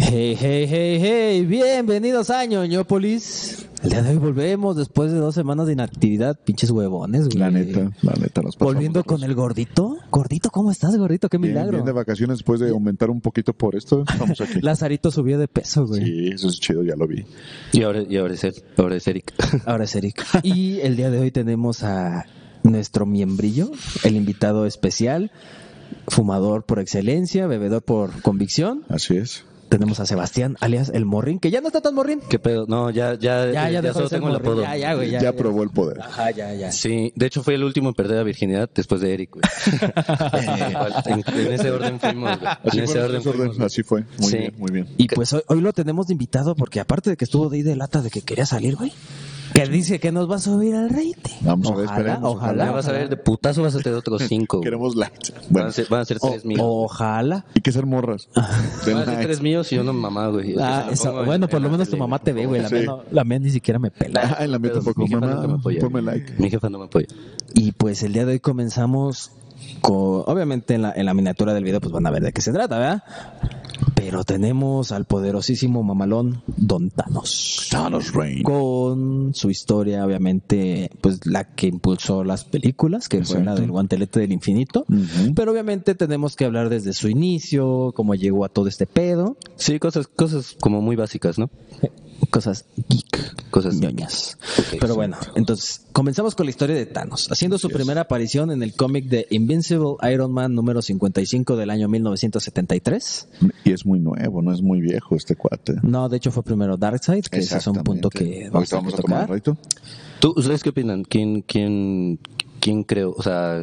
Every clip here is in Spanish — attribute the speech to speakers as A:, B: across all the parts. A: Hey, hey, hey, hey, bienvenidos a Ñoñópolis. El día de hoy volvemos después de dos semanas de inactividad, pinches huevones, güey.
B: La neta, la neta, nos pasamos.
A: Volviendo con el gordito. Gordito, ¿cómo estás, gordito? Qué
B: Bien,
A: milagro.
B: bien de vacaciones después de aumentar un poquito por esto, estamos aquí.
A: Lazarito subió de peso, güey.
B: Sí, eso es chido, ya lo vi.
C: Y ahora, y ahora es él, ahora es Pues, Eric.
A: Ahora es Eric. Y el día de hoy tenemos a nuestro miembrillo, el invitado especial, fumador por excelencia, bebedor por convicción.
B: Así es.
A: Tenemos a Sebastián, alias el Morrín, que ya no está tan Morrín.
C: ¿Qué pedo? No, ya, ya, eh,
A: Ya, ya,
C: ya,
A: dejó de
C: solo
A: ser
C: tengo el
A: Morrín.
C: apodo.
A: Ya, ya, güey.
B: Ya,
A: Ya, ya.
B: probó el poder.
A: Ajá, ya, ya.
C: Sí, de hecho fue el último en perder la virginidad después de Eric, güey. en, en ese orden fuimos, güey.
B: Así
C: En ese
B: fue,
C: orden
B: ese orden,
C: fuimos. güey.
B: así fue. Muy
C: Sí.
B: bien, muy bien.
A: Y pues hoy, hoy lo tenemos de invitado porque aparte de que estuvo de ahí de lata de que quería salir, güey, que dice que nos va a subir al rating.
B: Vamos a ver,
A: ojalá,
B: esperemos,
A: Ojalá,
C: Ya vas a ver, de putazo vas a tener otros cinco. güey.
B: Queremos likes.
C: Van
B: Bueno, Oh,
C: a ser, van a ser tres míos.
A: O- ojalá.
B: y que ser morras. Den
C: Van a ser
B: likes.
C: tres míos y uno mamá, güey.
A: Ah,
C: Entonces,
A: eso.
C: pongo en-
A: Bueno,
C: en
A: por lo
C: la
A: menos tu
C: tele,
A: mamá te ve, güey. La,
B: Sí.
A: mía no- la mía ni siquiera me pela.
B: Ah, en la mía
C: Pero
B: tampoco.
C: mi jefa
B: Mamá,
C: nunca me apoya,
B: ponme
C: güey.
B: like.
C: Mi jefa no me apoya.
A: Y pues el día de hoy comenzamos con. Obviamente en la, en la miniatura del video, pues van a ver de qué se trata, ¿verdad? Pero tenemos al poderosísimo mamalón Don Thanos.
B: Thanos Reign.
A: Con su historia, obviamente, pues la que impulsó las películas, que fue la
B: Exacto.
A: del guantelete del infinito.
B: Ujú.
A: Pero obviamente tenemos que hablar desde su inicio, cómo llegó a todo este pedo,
C: Sí, cosas, cosas como muy básicas, ¿no?
A: cosas geek,
C: Cosas
A: ñoñas. Pero bueno, entonces comenzamos con la historia de Thanos, haciendo su primera aparición en el cómic de Invincible Iron Man número 55 del año 1973.
B: Y es muy nuevo, no es muy viejo este cuate.
A: No, de hecho fue primero Darkseid, que ese es un punto que
B: Exactamente.
A: vamos,
B: Ahorita
A: a,
B: tomar
A: tocar.
B: un reto.
C: ¿Tú, ¿Ustedes qué opinan? ¿Quién, quién, quién creo? O sea,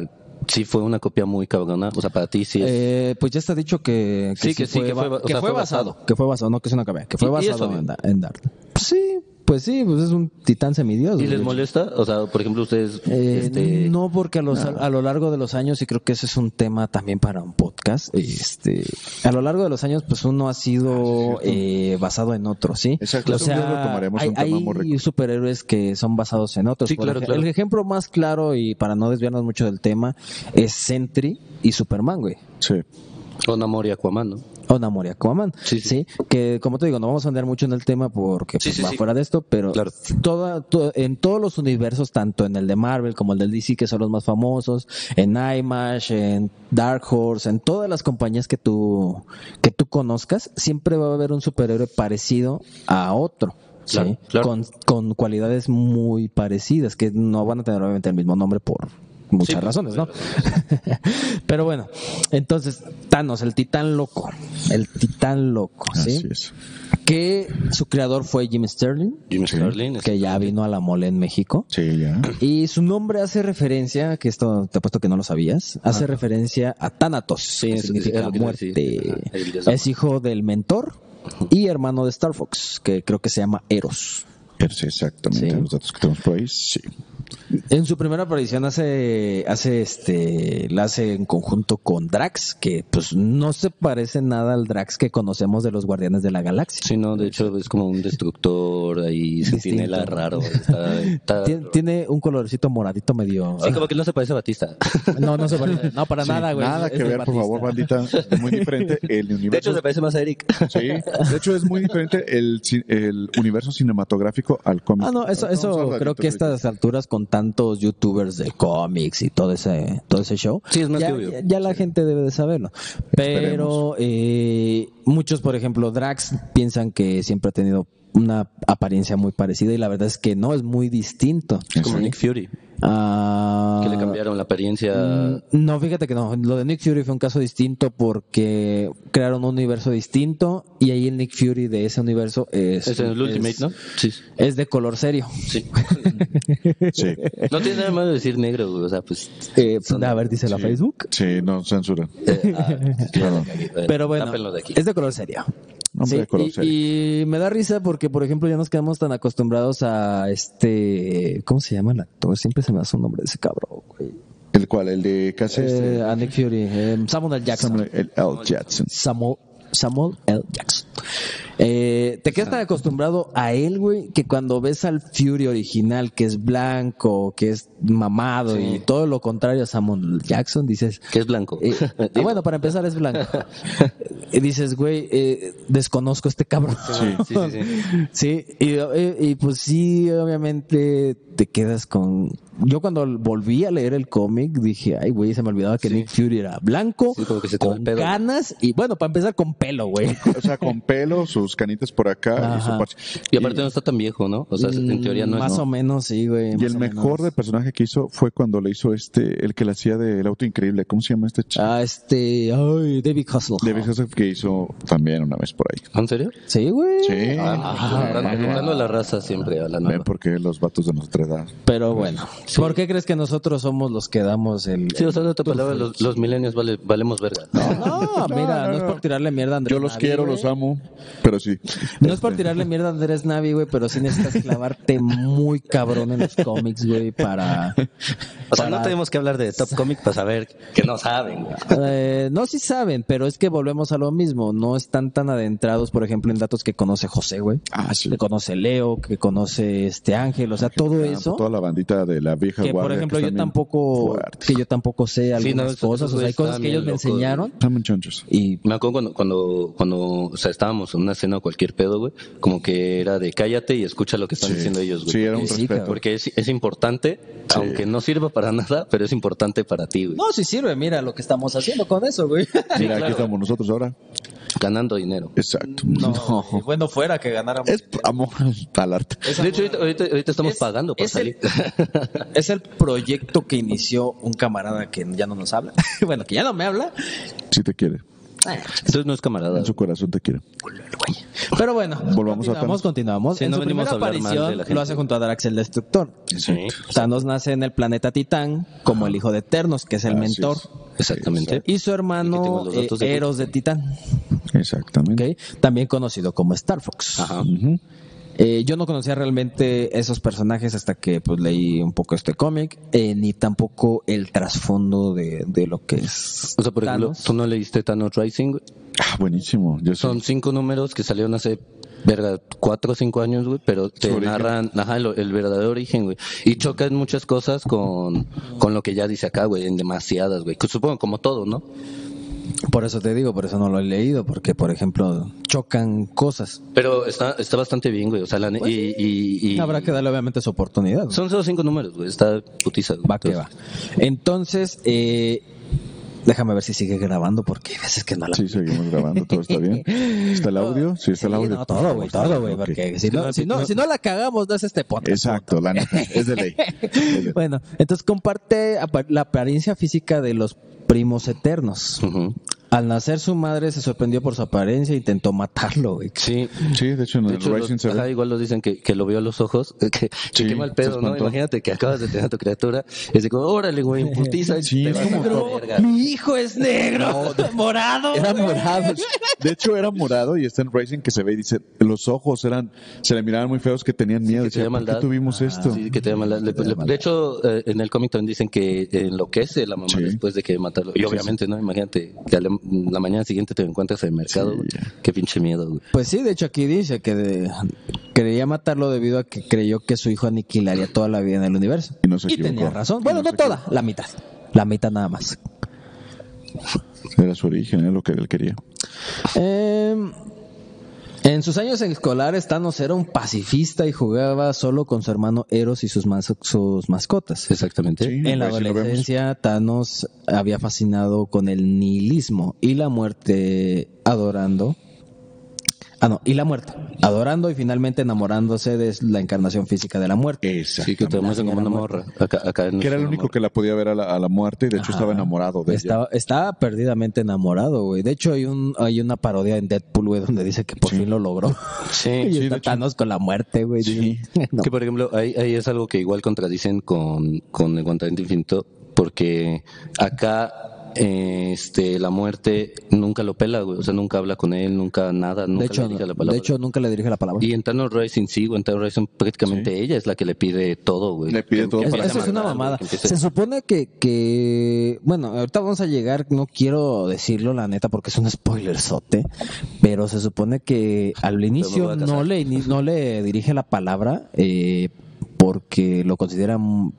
C: sí fue una copia muy cabrona. O sea, para ti sí es.
A: Eh, pues ya está dicho que,
C: Sí, que sí, que fue ba- o
A: que
C: sea,
A: fue
C: fue
A: basado,
C: basado.
A: que fue basado, no que es una cabeza, que fue
C: Y- y
A: basado
C: eso,
A: en,
C: ¿no?
A: Da- en Darkseid. Sí, pues sí, pues es un titán semidios.
C: ¿Y
A: güey,
C: les
A: de hecho.
C: molesta? O sea, por ejemplo, ustedes.
A: Eh,
C: este,
A: No, porque a, los- a lo largo de los años, y creo que ese es un tema también para un podcast, este, a lo largo de los años, pues uno ha
C: Ah,
A: sido eh, basado en otro, ¿sí?
B: Exacto,
A: O
B: eso un día
A: sea,
B: lo tomaremos,
A: hay,
B: un tema
A: hay
B: muy rico.
A: superhéroes que son basados en otros.
C: Sí,
A: Por
C: claro,
A: ej-
C: claro.
A: El ejemplo más claro, y para no desviarnos mucho del tema, es Sentry y Superman, güey.
B: Sí.
C: Son Amor y Aquaman, ¿no?
A: O Namor y Aquaman, sí,
C: Sí, sí.
A: que como te digo, no vamos a andar mucho en el tema porque
C: Sí,
A: pues,
C: sí,
A: va
C: sí.
A: fuera de esto, pero
C: Claro.
A: toda, to- en todos los universos, tanto en el de Marvel como el del DC, que son los más famosos, en IMAX, en Dark Horse, en todas las compañías que tú, que tú conozcas, siempre va a haber un superhéroe parecido a otro. ¿sí?
C: Claro, claro.
A: Con, con cualidades muy parecidas, que no van a tener obviamente el mismo nombre por muchas
C: Sí,
A: razones, ¿no?
C: por
A: Pero bueno, entonces Thanos, el titán loco, el titán loco, ¿sí?
B: Así es.
A: Que su creador fue Jim Sterling,
C: Jimmy Starlin.
A: que ya vino a la mole en México.
B: Sí, ya.
A: Y su nombre hace referencia, que esto te apuesto que no lo sabías, hace referencia a Thanatos, que
C: Ah. eso- eso
A: significa
C: es lo que te iba a
A: muerte.
C: decir. Ajá, el dios de
A: es hijo del mentor y hermano de Star Fox, que creo que se llama Eros.
B: Es exactamente
A: Sí.
B: los datos que tenemos por ahí. Sí.
A: En su primera aparición hace, hace este, la hace en conjunto con Drax, que pues no se parece nada al Drax que conocemos de los Guardianes de la Galaxia.
C: Sí, no, de hecho es como un destructor ahí, sentinela raro. Está, está-
A: Tien- tiene un colorcito moradito medio.
C: Sí, como que no se parece a Batista.
A: No, no se parece. No, para nada, güey.
B: Nada
A: Es
B: que
A: el
B: ver, por
A: Batista.
B: favor, bandita. Muy diferente el universo.
C: De hecho, se parece más a Eric.
B: Sí. De hecho, es muy diferente el, ci- el universo cinematográfico al cómic.
A: Ah, no, eso,
B: Vamos a
A: eso
B: hablar
A: creo
B: ahorita,
A: que a
B: ahorita.
A: estas alturas con tantos youtubers de cómics y todo ese, todo ese show,
C: Sí, es más
A: ya,
C: que obvio.
A: ya- ya la gente debe de saberlo. Pero eh, muchos, por ejemplo, Drax piensan que siempre ha tenido una apariencia muy parecida y la verdad es que no, es muy distinto.
C: Es como Nick Fury,
A: Ah,
C: que le cambiaron la apariencia.
A: Mm, No, fíjate que no. Lo de Nick Fury fue un caso distinto porque crearon un universo distinto y ahí el Nick Fury de ese universo es,
C: Es en el Ultimate,
A: es-
C: ¿no? Sí.
A: es de color serio.
C: Sí.
B: Sí,
C: No tiene nada malo decir negro, güey. O sea, pues. son-
A: a ver, dice la
B: sí.
A: Facebook.
B: sí, no, censura.
C: eh, ah,
B: Claro.
A: Pero bueno,
C: tápenlo de aquí.
A: es de color serio.
B: Hombre
A: Sí,
B: de color
A: y-
B: serio.
A: y, me da risa porque, por ejemplo, ya nos quedamos tan acostumbrados a este. ¿Cómo se llama el actor? Siempre se me hace un nombre de ese cabrón, güey.
B: ¿El cual? ¿El de casi
A: Eh, a Nick Fury. eh, Samuel L. Jackson.
B: Samuel L. L. Jackson.
A: Samuel, Samuel L. Jackson. Eh, te quedas tan acostumbrado a él, güey, que cuando ves al Fury original, que es blanco, que es mamado y todo lo contrario a Samuel L. Jackson, dices...
C: Que es blanco.
A: eh, ah,
C: Digo,
A: bueno, para empezar es blanco. Y dices, güey, eh, desconozco a este cabrón.
B: Sí.
C: Sí, sí, sí.
A: Sí, y, eh, y pues sí, obviamente te quedas con... Yo cuando volví a leer el cómic dije, ay, güey, se me olvidaba que Nick Fury era blanco,
C: Sí, como que se te va
A: con
C: el pedo.
A: canas y bueno, para empezar con pelo, güey.
B: O sea, con pelo, sus canitas por acá y su
A: Ajá.
B: parche.
C: Y aparte no está tan viejo, ¿no? Mm, O sea, Pues en teoría no es.
A: Más
C: ¿no?
A: o menos, sí, güey.
B: Y
A: más
B: el
A: o
B: mejor
A: menos.
B: de personaje que hizo fue cuando le hizo este, el que le hacía del auto increíble. ¿Cómo se llama este chico?
A: Ah, este... Ay, David Hustle.
B: David Hasselhoff que hizo también una vez por ahí.
C: ¿Ah, ¿En serio?
A: Sí, güey.
B: Sí.
C: Ah, hablando de la raza siempre, hablando.
B: Ven porque los vatos de nuestra edad.
A: Pero bueno, ¿por qué crees que nosotros somos los que damos el...
C: Sí, o sea, en otra palabra, los, los milenios vale, valemos verga.
A: No, mira, no, es por tirarle mierda a Andrés
B: Yo los
A: Navi,
B: quiero,
A: güey.
B: los amo, pero sí.
A: No es por tirarle mierda a Andrés Navi, güey, pero sí necesitas clavarte muy cabrón en los cómics, güey, para...
C: O sea, no tenemos que hablar de Top Comic para saber que no saben. güey.
A: Eh, no, sí saben, pero es que volvemos a lo mismo. No están tan adentrados, por ejemplo, en datos que conoce José, güey.
B: Ah, sí. Ah,
A: Que conoce Leo, que conoce este Ángel, o sea, todo eso.
B: Toda la bandita de la vieja
A: Que, por
B: guardia
A: ejemplo,
B: que
A: yo
B: están bien
A: tampoco,
B: fuertes.
A: que yo tampoco sé algunas
C: no, esos-
A: cosas, o sea, hay
C: esos
A: cosas que ellos me
C: están bien
A: enseñaron
B: Están bien chonchos.
A: y... pues,
C: Me acuerdo cuando, cuando, cuando, o sea, estábamos en una cena o cualquier pedo, güey, como que era de cállate y escucha lo que están
B: Sí.
C: diciendo ellos, güey.
B: Sí, era un
A: Sí,
B: respeto.
A: cabrón.
C: Porque es, es importante, aunque no sirva para nada, pero es importante para ti, güey.
A: No, sí sirve, mira lo que estamos haciendo con eso, güey.
B: Mira,
C: claro.
B: aquí estamos nosotros ahora.
C: Ganando dinero.
B: Exacto.
A: No, y bueno fuera que ganáramos.
B: Es amor al arte.
C: De hecho, ahorita, ahorita, ahorita estamos
A: Es-
C: pagando por
A: es
C: salir.
A: El, es el proyecto que inició un camarada que ya no nos habla. bueno, que ya no me habla.
B: Sí te quiere.
C: Entonces no es camarada.
B: En su corazón te quiere.
A: Pero bueno,
B: Volvamos a
A: continuamos,
B: Thanos.
A: continuamos.
C: Sí,
A: en
C: no
A: su
C: venimos
A: primera
C: a hablar mal de
A: aparición
C: la
A: lo
C: gente.
A: hace junto a Drax el Destructor.
C: Sí,
A: Thanos nace en el planeta Titán como el hijo de Eternos, que es el
B: Así
A: mentor.
B: es.
C: exactamente.
A: Y su
C: Aquí tengo
A: hermano
C: los
A: eh,
C: datos de
A: Eros de Titán,
B: Exactamente.
A: ¿ok? también conocido como Star Fox.
C: Ajá.
B: Ujú.
A: Eh, yo no conocía realmente esos personajes hasta que pues leí un poco este cómic, eh, ni tampoco el trasfondo de, de lo que es.
C: O sea, por ejemplo,
A: Thanos.
C: tú no leíste Thanos Rising. güey?
B: Ah, buenísimo. Yo
C: Son
B: soy
C: cinco números que salieron hace, verga, cuatro o cinco años, güey, pero te
B: origen.
C: narran ajá, el, el verdadero origen, güey. Y chocan muchas cosas con, con lo que ya dice acá, güey, en demasiadas, güey. Que Supongo como todo, ¿no?
A: Por eso te digo, por eso no lo he leído, porque por ejemplo chocan cosas.
C: Pero está, está bastante bien, güey. O sea, la ne- y, y, y-
A: Habrá que darle obviamente su oportunidad. ¿no?
C: Son solo cinco números, güey. Está putiza. güey.
A: Va que va. Entonces, eh, déjame ver si sigue grabando porque hay veces que no la...
B: Sí, seguimos grabando, todo está bien. ¿Está el audio? Sí, está el
A: Sí,
B: audio.
A: no, todo, güey, todo, güey,
B: Ok.
A: porque si no, si, no, si no la cagamos, no es este podcast.
B: Exacto, la neta, es de ley.
A: Bueno, entonces comparte apa- la apariencia física de los primos eternos.
C: Ujú.
A: Al nacer su madre se sorprendió por su apariencia e intentó matarlo, güey.
C: Sí.
B: Sí, de hecho en
C: De
B: el
C: hecho, los-
B: Rising se
C: ajá,
B: ve.
C: igual lo dicen que, que lo vio a los ojos. Que, que
B: Sí,
C: qué mal
B: se
C: pedo, ¿no?
B: espantó.
C: Imagínate que acabas de tener a tu criatura. Y es de como, órale, güey, putiza. y
B: Sí,
C: te
B: es
C: vas a
B: como-
C: la
B: No,
C: verga.
A: Mi hijo es negro, morado.
B: Era morado. De hecho, era morado y está en Rising que se ve y dice, los ojos eran, se le miraban muy feos que tenían miedo.
C: que
B: Decía,
C: tenía
B: ¿Por qué
C: maldad". Ah,
B: tuvimos esto?
C: Sí, que te llama la- le- le- De hecho, eh, en el cómic también dicen que enloquece la mamá
B: Sí.
C: después de que matarlo. Y
B: Sí,
C: obviamente, ¿no? Imagínate que a la, la mañana siguiente te encuentras en el mercado.
B: Sí,
C: güey.
B: ya.
C: Qué pinche miedo, güey.
A: Pues sí, de hecho aquí dice que de- quería matarlo debido a que creyó que su hijo aniquilaría toda la vida en el universo.
B: Y no se equivocó.
A: tenía razón.
B: Y
A: Bueno,
B: no
A: no,
B: se
A: toda, la mitad. La mitad nada más.
B: Era su origen, era lo que él quería.
A: Eh, en sus años escolares, Thanos era un pacifista y jugaba solo con su hermano Eros y sus, mas- sus mascotas.
C: Exactamente.
B: Sí,
A: En la
B: ahí sí lo vemos.
A: adolescencia, Thanos había fascinado con el nihilismo y la muerte adorando. Ah, no, y la muerte. Adorando y finalmente enamorándose de la encarnación física de la muerte.
B: Exacto.
C: Sí, que te muestran como una morra. Acá, acá en
B: Que era el
C: una
B: único
C: morra.
B: que la podía ver a la, a la muerte y de hecho estaba enamorado de ella.
A: Estaba, estaba perdidamente enamorado, güey. De hecho, hay un hay una parodia en Deadpool, güey, donde dice que por fin lo logró.
C: Sí,
A: y
B: sí, de
A: está
B: hecho.
A: Thanos con la muerte, güey.
B: Sí.
A: No.
C: Que por ejemplo, ahí, ahí es algo que igual contradicen con, con el guantanamo infinito, porque acá eh, este la muerte nunca lo pela, güey. O sea, nunca habla con él, nunca nada, nunca
A: De
C: le
A: hecho,
C: dirige la palabra.
A: de hecho, pues. nunca le dirige la palabra.
C: y en Thanos Rising sí, güey, en Thanos Rising prácticamente ella es la que le pide todo, güey.
B: Le pide
C: Que-
B: todo
C: que
A: Es-
B: para
A: eso
C: empiece
A: es una
C: a mandar, güey,
A: mamada.
C: que empiece-
A: Se supone que, que, bueno, ahorita vamos a llegar, no quiero decirlo la neta porque es un spoilerzote, pero se supone que al
C: voy
A: inicio
C: a
A: no
C: casar.
A: le, ini- no le dirige la palabra eh, porque lo considera mm,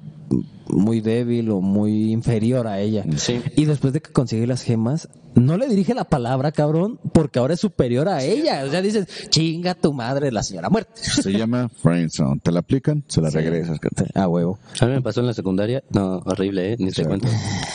A: muy débil o muy inferior a ella.
C: Sí.
A: Y después de que consigue las gemas, no le dirige la palabra, cabrón, porque ahora es superior a ella. O sea, dices, chinga tu madre, la señora muerte.
B: Se llama Friendzone. Te la aplican, se la regresas. carnal.
A: A huevo.
C: A mí me pasó en la secundaria, no, horrible, ¿eh? ni te
B: Sí.
C: cuento.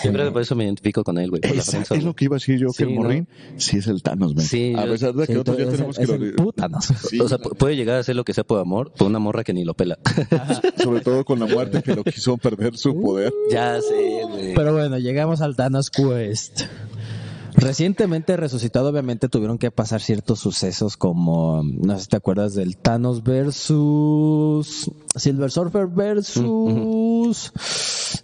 C: Yo creo que por eso me identifico con él, güey. por la
B: Esa-
C: friendzone.
B: es lo que iba a decir yo, que
C: Sí,
B: el
C: ¿no?
B: morrín sí es el Thanos, men.
C: Sí,
B: A
C: yo-
B: pesar de que
A: Sí,
B: otros ya
A: es-
B: tenemos que
A: es
B: lo...
A: el pútanos.
B: Sí,
C: o sea, pu- puede llegar a hacer lo que sea por amor, por una morra que ni lo pela.
B: sobre todo con la muerte que lo quiso perder su poder.
C: ya sé, güey.
A: Pero bueno, llegamos al Thanos Quest. Recientemente resucitado, obviamente tuvieron que pasar ciertos sucesos como, no sé si te acuerdas del Thanos versus Silver Surfer versus...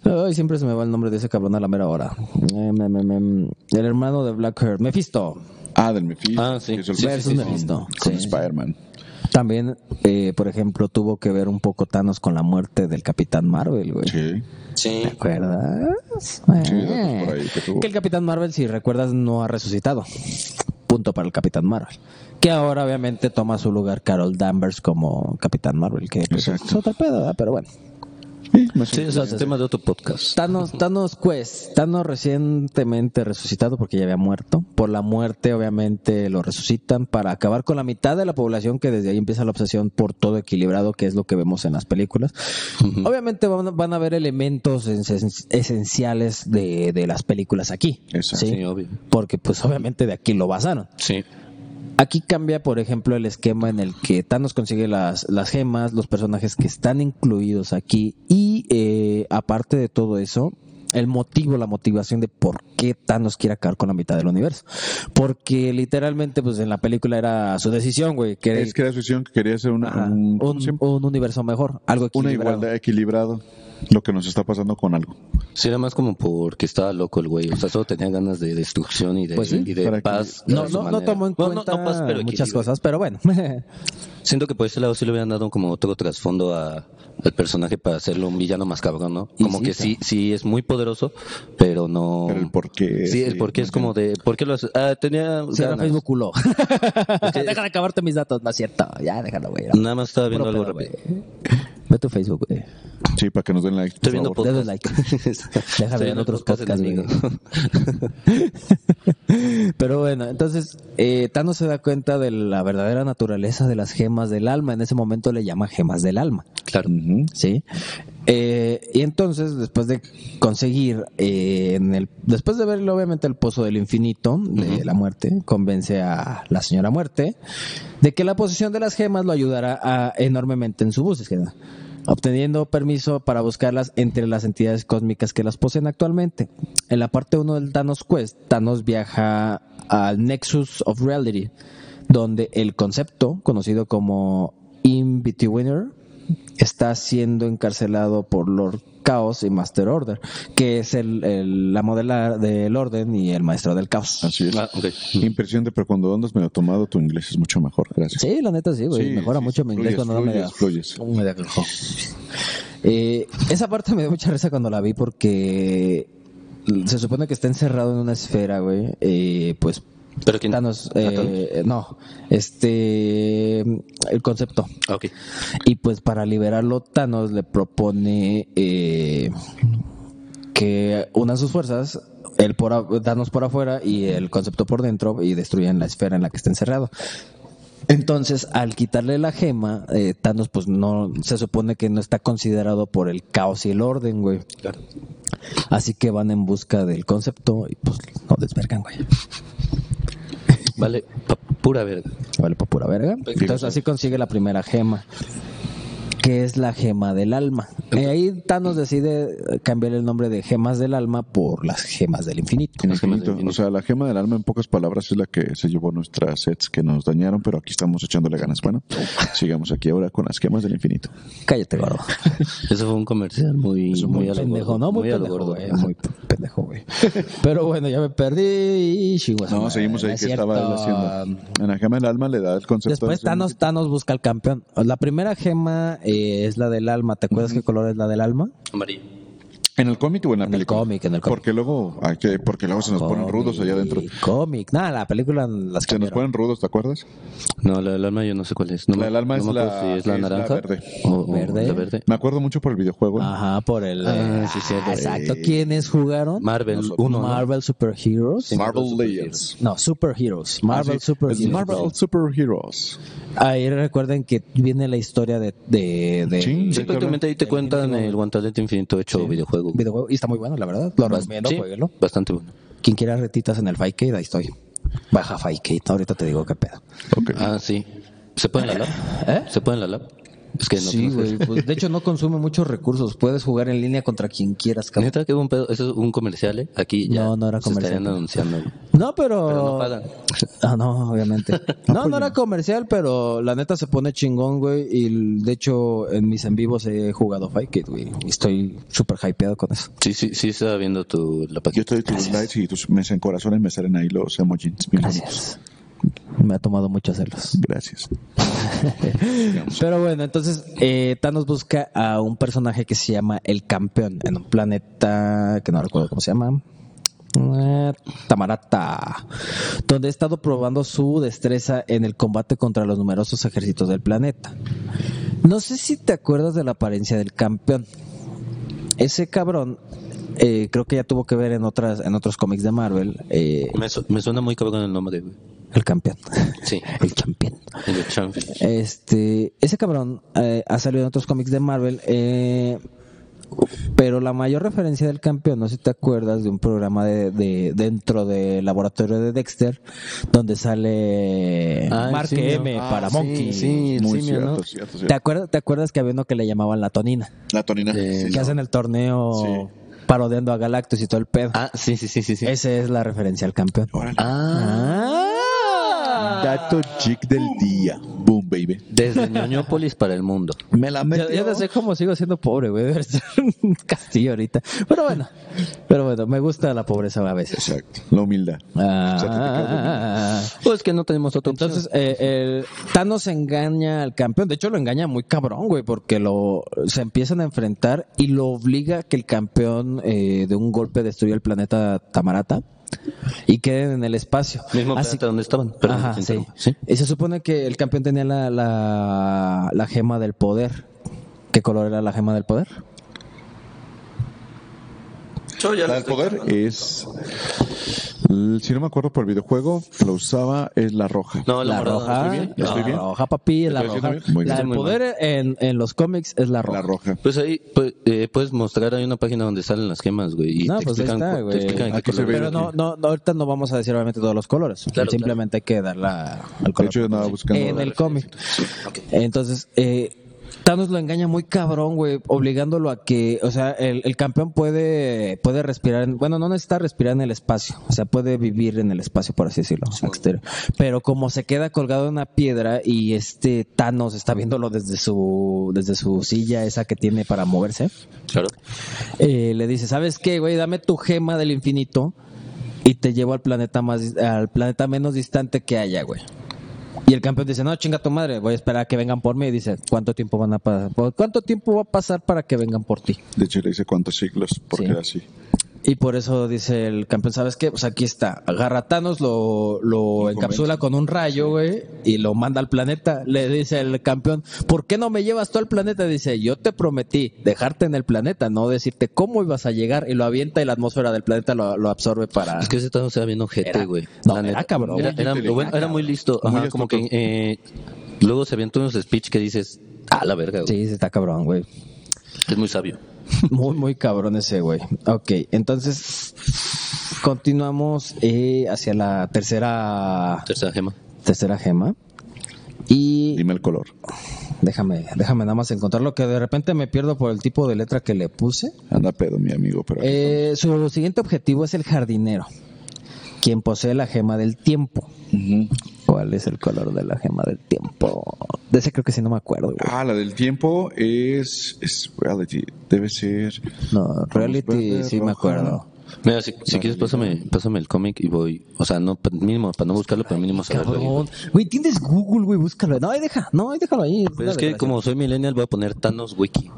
A: Ay, siempre se me va el nombre de ese cabrón a la mera hora. Em, em, em, em, El hermano de Blackheart, Mephisto,
B: Ah, del Mephisto.
C: Ah, sí.
B: que hizo el-
C: Sí,
A: versus
C: sí, sí, sí.
A: Mephisto.
B: Con
A: Sí.
B: Spider-Man.
A: También, eh, por ejemplo, tuvo que ver un poco Thanos con la muerte del Capitán Marvel, güey.
B: Sí.
C: Sí.
A: ¿Te acuerdas? Eh.
B: datos por ahí que tuvo.
A: que el Capitán Marvel, si recuerdas, no ha resucitado. Punto para el Capitán Marvel. Que ahora obviamente toma su lugar Carol Danvers como Capitán Marvel, que pues,
B: Exacto.
A: es otro pedo, ¿verdad? pero bueno.
C: Sí, o sea, es tema de otro podcast.
A: Thanos, Thanos Quest, Thanos recientemente resucitado porque ya había muerto. Por la muerte, obviamente, lo resucitan para acabar con la mitad de la población que desde ahí empieza la obsesión por todo equilibrado, que es lo que vemos en las películas. Obviamente van, a- van a haber elementos es- esenciales de, de las películas aquí.
B: Exacto.
A: ¿sí?
C: Sí, obvio.
A: Porque pues obviamente de aquí lo basaron.
C: Sí.
A: Aquí cambia, por ejemplo, el esquema en el que Thanos consigue las, las gemas, los personajes que están incluidos aquí y eh, aparte de todo eso, el motivo, la motivación de por qué Thanos quiere acabar con la mitad del universo. Porque literalmente, pues en la película era su decisión, güey. querer-
B: Es que la asociación que quería hacer una,
A: Ajá,
B: un-
A: un,
B: ¿cómo se llama?
A: un universo mejor, algo
B: una
A: equilibrado.
B: igualdad equilibrado. Lo que nos está pasando con algo.
C: Sí, era más como porque estaba loco el güey. O sea, solo tenía ganas de destrucción y de,
A: Pues sí,
C: y de
B: para que-
C: paz.
A: No,
C: a su
A: no, no
C: manera.
A: tomó en
C: Bueno, no-
A: cuenta
C: no paz, pero
A: muchas
C: equilibrio.
A: cosas, pero bueno.
C: Siento que por ese lado sí le hubieran dado como otro trasfondo a- al personaje para hacerlo un villano más cabrón, ¿no?
A: Y
C: Como
A: sí,
C: que sí, sí es muy poderoso, pero no.
B: Pero el por qué,
C: Sí, el
B: sí,
C: por qué es
B: no sé.
C: como de. ¿Por qué lo hace? Ah, tenía.
A: Si era
C: ganas.
A: Facebook culo. Deja de acabarte mis datos, no es cierto. Ya, déjalo, güey.
C: Nada más estaba viendo
A: Puro
C: algo
A: pedo,
C: rápido.
A: güey. Ve tu Facebook, güey.
B: Sí, para que nos den like. por
C: Estoy viendo
B: favor.
A: Dedos
C: podcast.
A: like.
C: Estoy
A: ver
C: viendo
A: otros
C: podcast
A: podcasts,
C: enemigo.
A: Pero bueno, entonces eh, Thanos se da cuenta de la verdadera naturaleza de las gemas del alma. En ese momento le llama gemas del alma.
C: Claro.
B: Ujú.
A: Sí. Eh, y entonces, después de conseguir, eh, en el, después de verle obviamente el pozo del infinito de la muerte, convence a la señora muerte de que la posesión de las gemas lo ayudará a- enormemente en su búsqueda, obteniendo permiso para buscarlas entre las entidades cósmicas que las poseen actualmente. En la parte 1 del Thanos Quest, Thanos viaja al Nexus of Reality, donde el concepto, conocido como In-Betweener, está siendo encarcelado por Lord Chaos y Master Order, que es el, el- la modela del orden y el maestro del caos.
B: Así es.
C: Ah, ok.
B: Impresionante, pero cuando andas me lo tomado, tu inglés es mucho mejor. Gracias.
A: Sí, la neta sí, güey.
B: Sí,
A: Mejora
B: sí,
A: mucho mi inglés
B: fluyes,
A: cuando no me da.
B: fluyes, fluyes.
A: Me da cojo. Eh, esa parte me dio mucha risa cuando la vi porque se supone que está encerrado en una esfera, güey. eh, pues
C: Pero quién.
A: Thanos, eh, no, este, el concepto.
C: Ah, ok.
A: Y pues para liberarlo, Thanos le propone eh, que unan sus fuerzas, el por a- Thanos por afuera y el concepto por dentro y destruyan la esfera en la que está encerrado. Entonces, al quitarle la gema, eh, Thanos pues no se supone que no está considerado por el caos y el orden, güey.
C: Claro.
A: Así que van en busca del concepto y pues no desvergan, güey.
C: Vale, pa- pura verga.
A: Vale, por pura verga.
C: Perfecto.
A: Entonces así consigue la primera gema, que es la gema del alma. Y ahí Thanos decide cambiar el nombre de gemas del alma por las gemas del infinito.
B: En
C: Las gemas
B: infinito.
C: del infinito.
B: O sea, la gema del alma, en pocas palabras, es la que se llevó nuestras sets que nos dañaron, pero aquí estamos echándole ganas. Bueno, sigamos aquí ahora con las gemas del infinito.
A: Cállate, gordo.
C: Eso fue un comercial muy,
A: Es
C: muy,
A: muy
C: a lo
A: pendejo,
C: gordo,
A: ¿no? Muy,
C: a lo
A: pendejo,
C: gordo.
A: güey. Muy pendejo, güey. Pero bueno, ya me perdí. y chihuahua,
B: No, seguimos ahí
A: Pues, es
B: que estaba él
A: cierto. um,
B: haciendo. En la gema del alma le da el concepto.
A: Después
B: de ser
A: Thanos, Thanos busca al campeón. La primera gema eh, es la del alma. ¿Te acuerdas qué color es la del alma?
C: Amarillo.
B: ¿En el cómic o en la
A: En el
B: película?
A: cómic, en el cómic.
B: Porque luego, hay que, porque luego se nos ponen rudos allá adentro.
A: Cómic. Nada, la película las
B: Se nos
A: cambiaron.
B: ponen rudos, ¿te acuerdas?
C: No, la del alma yo no sé cuál es. No
B: La
C: me-
B: del alma
C: no
B: es
C: me acuerdo
B: la-
C: si es la
B: es la
C: naranja
B: verde.
C: o- o
A: Verde.
C: la verde.
B: Me acuerdo mucho por el videojuego.
A: Ajá, por el. eh,
C: Ah, sí, cierto.
A: exacto. ¿Quiénes jugaron?
C: Marvel
B: Nosotros.
C: uno, ¿no?
A: Marvel Super Heroes.
B: Marvel Legends.
A: No, Superheroes. Marvel
B: Ah, sí,
A: Super
B: es Marvel Super Heroes.
A: Ahí recuerden que viene la historia de, de, de-
B: Sí.
C: Sí, prácticamente ahí te cuentan el guantelete infinito hecho videojuego.
A: videojuego. Y está muy bueno, la verdad. Lo recomiendo,
C: Sí,
A: jueguenlo.
C: bastante bueno.
A: Quien quiera retitas en el Fightcade, ahí estoy. Baja Fightcade. Ahorita te digo qué pedo.
B: Ok.
C: Ah, sí. ¿Se puede en la lab?
A: ¿Eh?
C: ¿Se puede en la lab? Es que no
A: sí,
C: conozco
A: güey.
C: eso.
A: pues, de hecho, no consume muchos recursos. Puedes jugar en línea contra quien quieras, cabrón.
C: Neta, que un pedo. Eso es un comercial, ¿eh? Aquí ya
A: No, no era
C: se
A: comercial.
C: estarían anunciando. güey.
A: No, pero.
C: Pero no pagan.
A: Ah, no, obviamente. No, no era comercial, pero la neta se pone chingón, güey. Y de hecho, en mis en vivos he jugado Fight Kid, güey. Y estoy súper hypeado con eso.
C: Sí, sí, sí, estaba viendo tu, la
B: Yo
C: página.
B: estoy tus likes y tus me en corazones me salen ahí los emojis. mis amigos.
A: Gracias. Me ha tomado mucho hacerlos.
B: Gracias.
A: Pero bueno, entonces eh, Thanos busca a un personaje que se llama El Campeón en un planeta que no recuerdo cómo se llama. Eh, Tamarata, donde ha estado probando su destreza en el combate contra los numerosos ejércitos del planeta. No sé si te acuerdas de la apariencia del campeón. Ese cabrón eh, creo que ya tuvo que ver en otras en otros cómics de Marvel eh,
C: Me, su- me suena muy cabrón el nombre, güey.
A: el campeón,
C: Sí.
A: el campeón.
C: El de Champions.
A: Este, ese cabrón eh, ha salido en otros cómics de Marvel, eh, pero la mayor referencia del campeón, no sé si te acuerdas, de un programa de, de- dentro del laboratorio de Dexter, donde sale
C: Ah, el
A: Mark
C: simio.
A: M
B: Ah,
A: para
B: sí,
A: Monkey.
C: sí, el
B: Muy
C: simio,
B: cierto,
C: ¿no?
B: cierto,
A: ¿Te,
B: cierto.
A: acuerdas, ¿Te acuerdas que había uno que le llamaban la Tonina?
B: La Tonina.
C: Eh,
B: sí,
A: que
B: sí.
A: hacen el torneo
B: Sí.
A: parodiando a Galactus y todo el pedo.
C: Ah, sí, sí, sí, sí. sí.
A: Esa es la referencia al campeón.
B: Órale.
C: Ah,
A: Ah.
B: Dato chic del día. Boom, baby.
C: desde Ñoñópolis para el mundo.
B: Me la
A: Yo, yo no sé cómo sigo siendo pobre, güey. Debe ser un castillo ahorita. Pero bueno, pero bueno, me gusta la pobreza a veces.
B: Exacto. La humildad.
A: Ah,
C: Pues que no tenemos otra opción.
A: entonces, eh, el Thanos engaña al campeón. De hecho, lo engaña muy cabrón, güey, porque lo se empiezan a enfrentar y lo obliga a que el campeón eh, de un golpe destruya el planeta Tamarata y queden en el espacio.
C: Mismo
A: Así
C: planeta donde estaban. Perdón,
A: Ajá,
C: te
A: sí.
C: interrumpo. sí.
A: Y se supone que el campeón tenía la, la, la gema del poder. ¿Qué color era la gema del poder?
B: La del poder es. l- Si no me acuerdo por el videojuego, la usaba es la roja.
C: No, la,
A: la
C: morada,
A: roja.
C: ¿estoy bien? Ah.
B: ¿Ya
A: La
B: estoy bien?
A: roja, papi, la
B: estoy
A: roja.
B: bien? Muy
A: La
B: bien.
A: del
C: Muy
A: poder en, en los cómics es la roja.
B: La roja.
C: Pues ahí pues, eh, puedes mostrar, hay una página donde salen las gemas, güey. Y
A: No,
C: te,
A: pues ahí
C: explican,
A: está,
C: cu-
A: güey.
C: te explican
B: Aquí
C: qué
B: se
C: color.
B: ve
A: Pero no, no, no, ahorita no vamos a decir obviamente todos los colores.
C: Claro,
A: Simplemente hay que dar la, el
B: De
A: color.
B: hecho, yo andaba buscando.
A: en el cómic. Entonces, eh, Thanos lo engaña muy cabrón, güey, obligándolo a que, o sea, el, el campeón puede, puede respirar, en- bueno, no necesita respirar en el espacio, o sea, puede vivir en el espacio, por así decirlo, exterior. Pero como se queda colgado en una piedra y este Thanos está viéndolo desde su, desde su silla esa que tiene para moverse,
C: Claro.
A: eh, le dice, ¿sabes qué, güey? Dame tu gema del infinito y te llevo al planeta más, al planeta menos distante que haya, güey. Y el campeón dice, no, chinga tu madre, voy a esperar a que vengan por mí. Y dice, ¿cuánto tiempo van a pasar? ¿Cuánto tiempo va a pasar para que vengan por ti?
B: De hecho, le hice cuántos siglos, porque
A: Sí.
B: era así.
A: Y por eso dice el campeón, ¿sabes qué? Pues aquí está. Agarra a Thanos, lo, lo encapsula con un rayo, güey, y lo manda al planeta. Le dice el campeón, ¿por qué no me llevas tú al planeta? Dice, yo te prometí dejarte en el planeta, no decirte cómo ibas a llegar. Y lo avienta y la atmósfera del planeta lo, lo absorbe para...
C: Es que ese Thanos era bien
A: Era-
C: ojete, güey.
A: no,
C: La
A: era
C: neta.
A: cabrón.
C: Era,
A: Muy
C: era-
B: inteligente,
C: bueno, era muy listo.
B: Muy
C: Ajá, como que
B: astuto.
C: eh, luego se avientan unos speech que dices, ah, la verga, güey.
A: Sí, sí, está cabrón, güey.
C: Es muy sabio.
A: Muy, muy cabrón ese, güey. Ok, entonces continuamos eh, hacia la tercera,
C: Tercera gema.
A: tercera gema. Y
B: Dime el color.
A: Déjame, déjame nada más encontrarlo, que de repente me pierdo por el tipo de letra que le puse.
B: Anda pedo, mi amigo, pero. aquí
A: Eh, su siguiente objetivo es el jardinero, quien posee la gema del tiempo. ¿Cuál es el color de la gema del tiempo? De ese creo que sí, no me acuerdo. güey.
B: Ah, la del tiempo es, es reality. Debe ser.
A: No, reality
B: verde,
A: sí me
B: roja.
A: acuerdo.
C: Mira, si, si quieres, pásame, pásame el cómic y voy. O sea, no, pa- mínimo, para no buscarlo, pero mínimo saberlo.
A: Cabrón. Güey, tienes Google, güey, búscalo. No, ahí deja, no, ahí déjalo ahí.
C: Pero es que como soy millennial, voy a poner Thanos Wiki.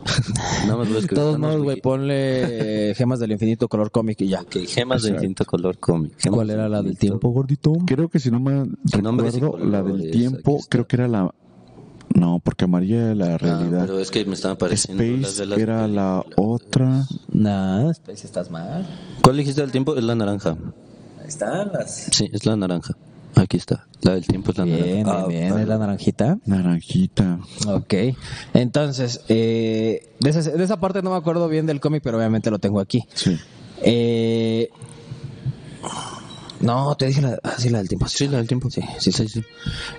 C: Nada más voy
A: De
C: a escribir
A: todos
C: Thanos
A: modos, güey,
C: Wiki.
A: ponle eh, gemas del infinito color cómic y ya.
C: Ok, gemas de distinto color cómic. Gemas
A: ¿Cuál
C: de
A: era la del
C: distinto-
A: tiempo, gordito?
B: Creo que si no me
C: Su nombre es
B: recuerdo, la
C: psicólogo,
B: del
C: es-
B: tiempo,
C: aquí está.
B: creo que era la... No, porque amarilla era la
C: Ah,
B: realidad.
C: pero es que me están apareciendo las
B: Space
C: de las
B: era la
C: películas.
B: otra.
A: Nah, Space, estás mal.
C: ¿Cuál dijiste del tiempo? Es la naranja.
A: Ahí están las.
C: Sí, es la naranja. Aquí está. La del tiempo es la naranja.
A: Bien,
C: Ah,
A: bien, bien,
C: vale.
A: es la naranjita.
B: Naranjita.
A: Ok. Entonces, eh, de, esa, de esa parte no me acuerdo bien del cómic, pero obviamente lo tengo aquí.
B: Sí.
A: Eh, no, te dije la, ah, sí, la del tiempo.
C: Sí, la del tiempo. Sí,
A: Sí, sí, sí.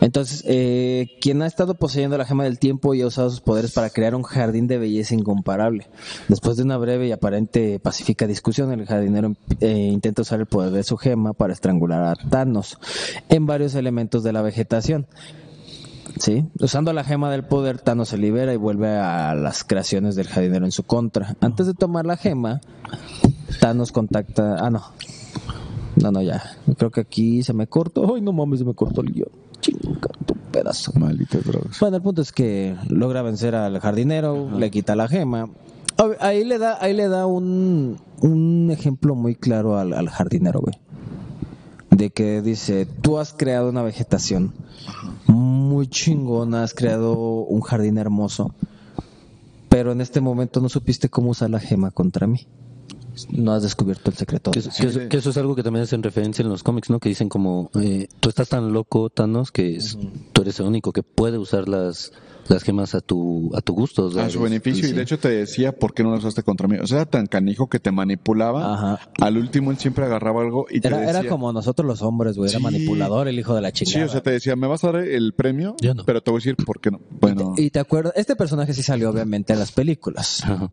A: Entonces, eh, quien ha estado poseyendo la gema del tiempo y ha usado sus poderes para crear un jardín de belleza incomparable. Después de una breve y aparente pacífica discusión, el jardinero eh, intenta usar el poder de su gema para estrangular a Thanos en varios elementos de la vegetación. Sí, usando la gema del poder, Thanos se libera y vuelve a las creaciones del jardinero en su contra. Antes de tomar la gema, Thanos contacta. Ah, no. No, no, ya. Creo que aquí se me cortó. Ay, no mames, se me cortó el guión. Chinga tu pedazo.
B: Malditas drogas.
A: Bueno, el punto es que logra vencer al jardinero, le quita la gema. A ver, Ahí le da, ahí le da un, un ejemplo muy claro al, al jardinero, güey. De que dice, tú has creado una vegetación muy chingona, has creado un jardín hermoso, pero en este momento no supiste cómo usar la gema contra mí. No has descubierto el secreto.
C: Que, que eso, que eso es algo que también hacen referencia en los cómics, ¿no? Que dicen como, eh, tú estás tan loco, Thanos, que es- tú eres el único que puede usar las, las gemas a tu, a tu gusto. o sea,
B: A Ah, su
C: es-
B: beneficio, y
C: sí.
B: de hecho te decía por qué no lo usaste contra mí. O sea, era tan canijo que te manipulaba.
A: Ajá.
B: Al último él siempre agarraba algo y te
A: Era,
B: decía.
A: era como nosotros los hombres, güey. Era
B: Sí.
A: manipulador el hijo de la chingada.
B: Sí, o sea, te decía, me vas a dar el premio,
C: Yo no.
B: pero te voy a decir por qué no. Bueno,
A: Y te acuerdas, este personaje sí salió obviamente en las películas.
C: Ajá.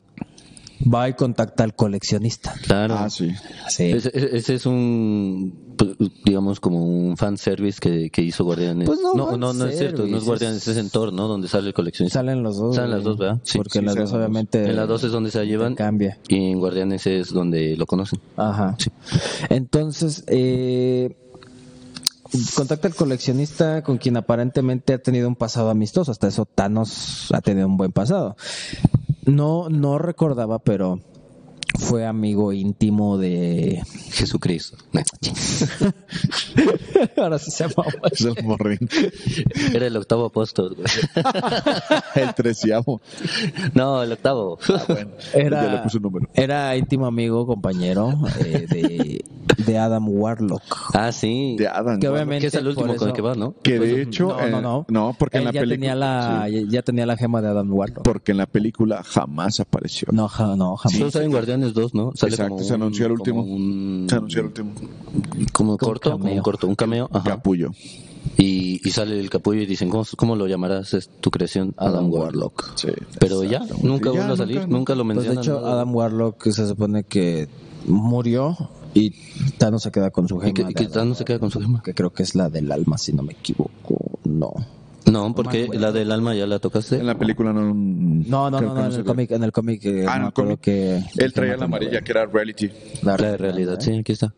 A: Va y contacta al coleccionista.
C: Claro.
B: ah, sí.
A: Sí.
C: Ese, ese- ese es un, pues, digamos, como un fanservice que, que hizo Guardianes.
A: Pues no,
C: no, no, no es
A: fanservice,
C: cierto, no es Guardianes, es Entorno, donde sale el coleccionista.
A: Salen los dos.
C: Salen las
A: güey.
C: dos, ¿verdad? Sí,
A: Porque
C: sí,
A: en las
B: salen
A: dos
B: los dos.
A: obviamente.
C: en las dos es donde se la llevan
A: Cambia.
C: y en Guardianes es donde lo conocen.
A: Ajá. Entonces, eh, contacta al coleccionista con quien aparentemente ha tenido un pasado amistoso. Hasta eso Thanos ha tenido un buen pasado. No, no recordaba, pero fue amigo íntimo de...
C: Jesucristo.
A: Ahora sí se llama.
B: Es el morrín.
C: Era el octavo apóstol. güey.
B: el treceavo.
C: No, el octavo.
A: Era,
B: Ya le puse un número.
A: era íntimo amigo, compañero eh, de, de Adam Warlock.
C: Ah, sí.
B: De Adam.
A: Que
B: ¿no?
A: obviamente
C: Que es el
A: por
C: último con el
A: eso-
C: que va, ¿no?
B: Que de hecho.
A: Pues, No, no,
B: eh,
A: no.
B: porque
A: Él
B: en la
A: ya
B: película.
A: tenía la,
B: sí,
A: ya- ya tenía la gema de Adam Warlock.
B: porque en la película jamás apareció.
A: No, ja- no, jamás.
C: Solo salen Guardianes 2, ¿no? Sale
B: Exacto,
C: como
B: se
C: un-
B: anunció el último.
C: Como un,
B: Se anunció el último.
C: como corto,
A: cameo.
C: como un corto, un cameo. ajá.
B: Capullo.
C: Y, y sale el capullo y dicen, ¿cómo, cómo lo llamarás es tu creación? Adam Warlock.
B: Sí,
C: Pero ya,
B: exacto.
C: nunca
B: Ya,
C: vuelve a salir,
B: nunca,
C: nunca, lo
A: Pues de
C: mencionan.
A: hecho,
C: nada.
A: Adam Warlock se supone que murió y Thanos se queda con su
C: Y
A: gema.
C: que,
A: de
C: y que
A: Adam
C: Thanos se queda con su gema.
A: Warlock, que creo que es la del alma, si no me equivoco. No.
C: No, porque la del alma ya la tocaste.
B: En la película no.
A: No, no,
B: creo
A: no,
B: que
A: no, en
B: se
A: el
B: ve.
A: cómic, en el cómic. eh,
B: Ah, en
A: me
B: el
A: acuerdo
B: cómic.
A: que
B: Él traía la amarilla, que era reality.
A: La,
C: La de
A: ¿eh?
C: realidad, sí, aquí está.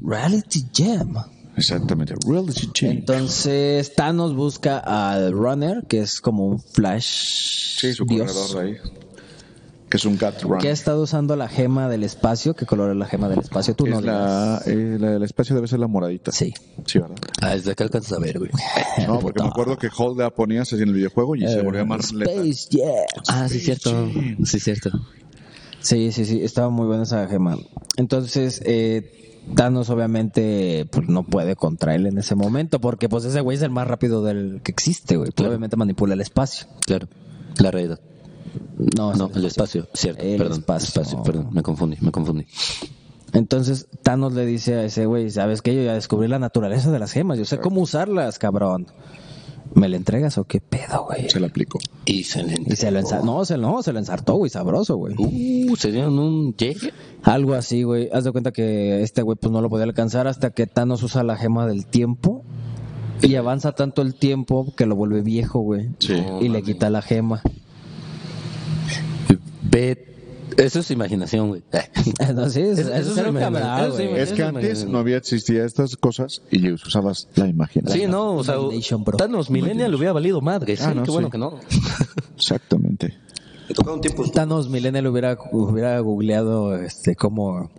A: Reality Gem.
B: Exactamente. Reality check.
A: Entonces Thanos busca al Runner, que es como un Flash.
B: Sí, su
A: dios,
B: corredor de ahí. Que es un cat run.
A: Que ha estado usando la gema del espacio. ¿Qué color es la gema del espacio? Tú no
B: Es la,
A: digas.
B: eh, la- el espacio debe ser la moradita.
A: Sí. Eh,
B: Sí, ¿verdad?
C: Ah, desde acá alcanzas a ver, güey.
B: No, porque me acuerdo que Hold la ponías así en el videojuego y se volvía más letal.
A: Space Jam.
C: Ah, sí, cierto. Sí, cierto.
A: Sí, sí, sí, estaba muy buena esa gema. Entonces, eh, Thanos obviamente pues, no puede contra él en ese momento, porque pues ese güey es el más rápido del que existe, güey. Pues, Obviamente manipula el espacio.
C: Claro. La realidad.
A: No, es
C: No, el espacio, cierto.
A: El
C: perdón,
A: espacio.
C: espacio, perdón. Me confundí, me confundí.
A: Entonces Thanos le dice a ese güey, ¿sabes qué? Yo ya descubrí la naturaleza de las gemas, yo sé cómo usarlas, cabrón. ¿Me la entregas o qué pedo, güey?
B: Se la aplicó.
C: Y se le
A: Y se lo ensartó, no, se, no, se lo ensartó, güey, sabroso, güey.
C: Uh, se dieron un llegue.
A: Algo así, güey. Haz de cuenta que este güey pues no lo podía alcanzar hasta que Thanos usa la gema del tiempo y avanza tanto el tiempo que lo vuelve viejo, güey.
B: Sí.
A: Y le quita la gema.
C: Ve Eso es imaginación, güey.
A: No, sí, es,
C: Eso- eso
A: es
C: es
A: algo que
C: inventar,
A: habrá,
C: eso es
A: güey.
C: inventar.
B: Es que
C: Eso
B: antes
C: me-
B: no había existido estas cosas y usabas la imaginación.
C: Sí, no, o sea,
A: Imagination, bro.
C: Thanos Millennial le hubiera valido madre. Sí,
B: Ah, no,
C: qué bueno
B: sí.
C: que no.
B: Exactamente.
A: Thanos Millennial hubiera, hubiera googleado este cómo,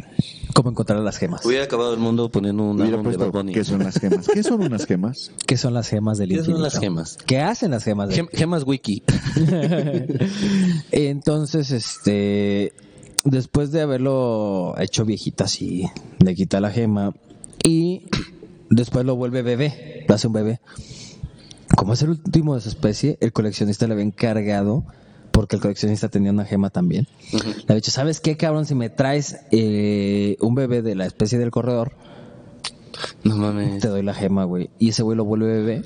A: cómo encontrar las gemas.
C: Hubiera acabado el mundo poniendo un
B: Hubiera
C: álbum de
B: puesto,
C: Bad Bunny.
B: pues, ¿Qué son las gemas? ¿Qué son unas gemas?
A: ¿Qué son las gemas del
C: ¿Qué son
A: infinito?
C: las gemas?
A: ¿Qué hacen las gemas? del
C: Gem- Gemas Wiki.
A: Entonces, este, después de haberlo hecho viejita así, le quita la gema y después lo vuelve bebé, lo hace un bebé. Como es el último de su especie, el coleccionista le había encargado, porque el coleccionista tenía una gema también, le había dicho, ¿sabes qué, cabrón? Si me traes eh, un bebé de la especie del corredor,
C: No mames.
A: te doy la gema, güey. Y ese güey lo vuelve bebé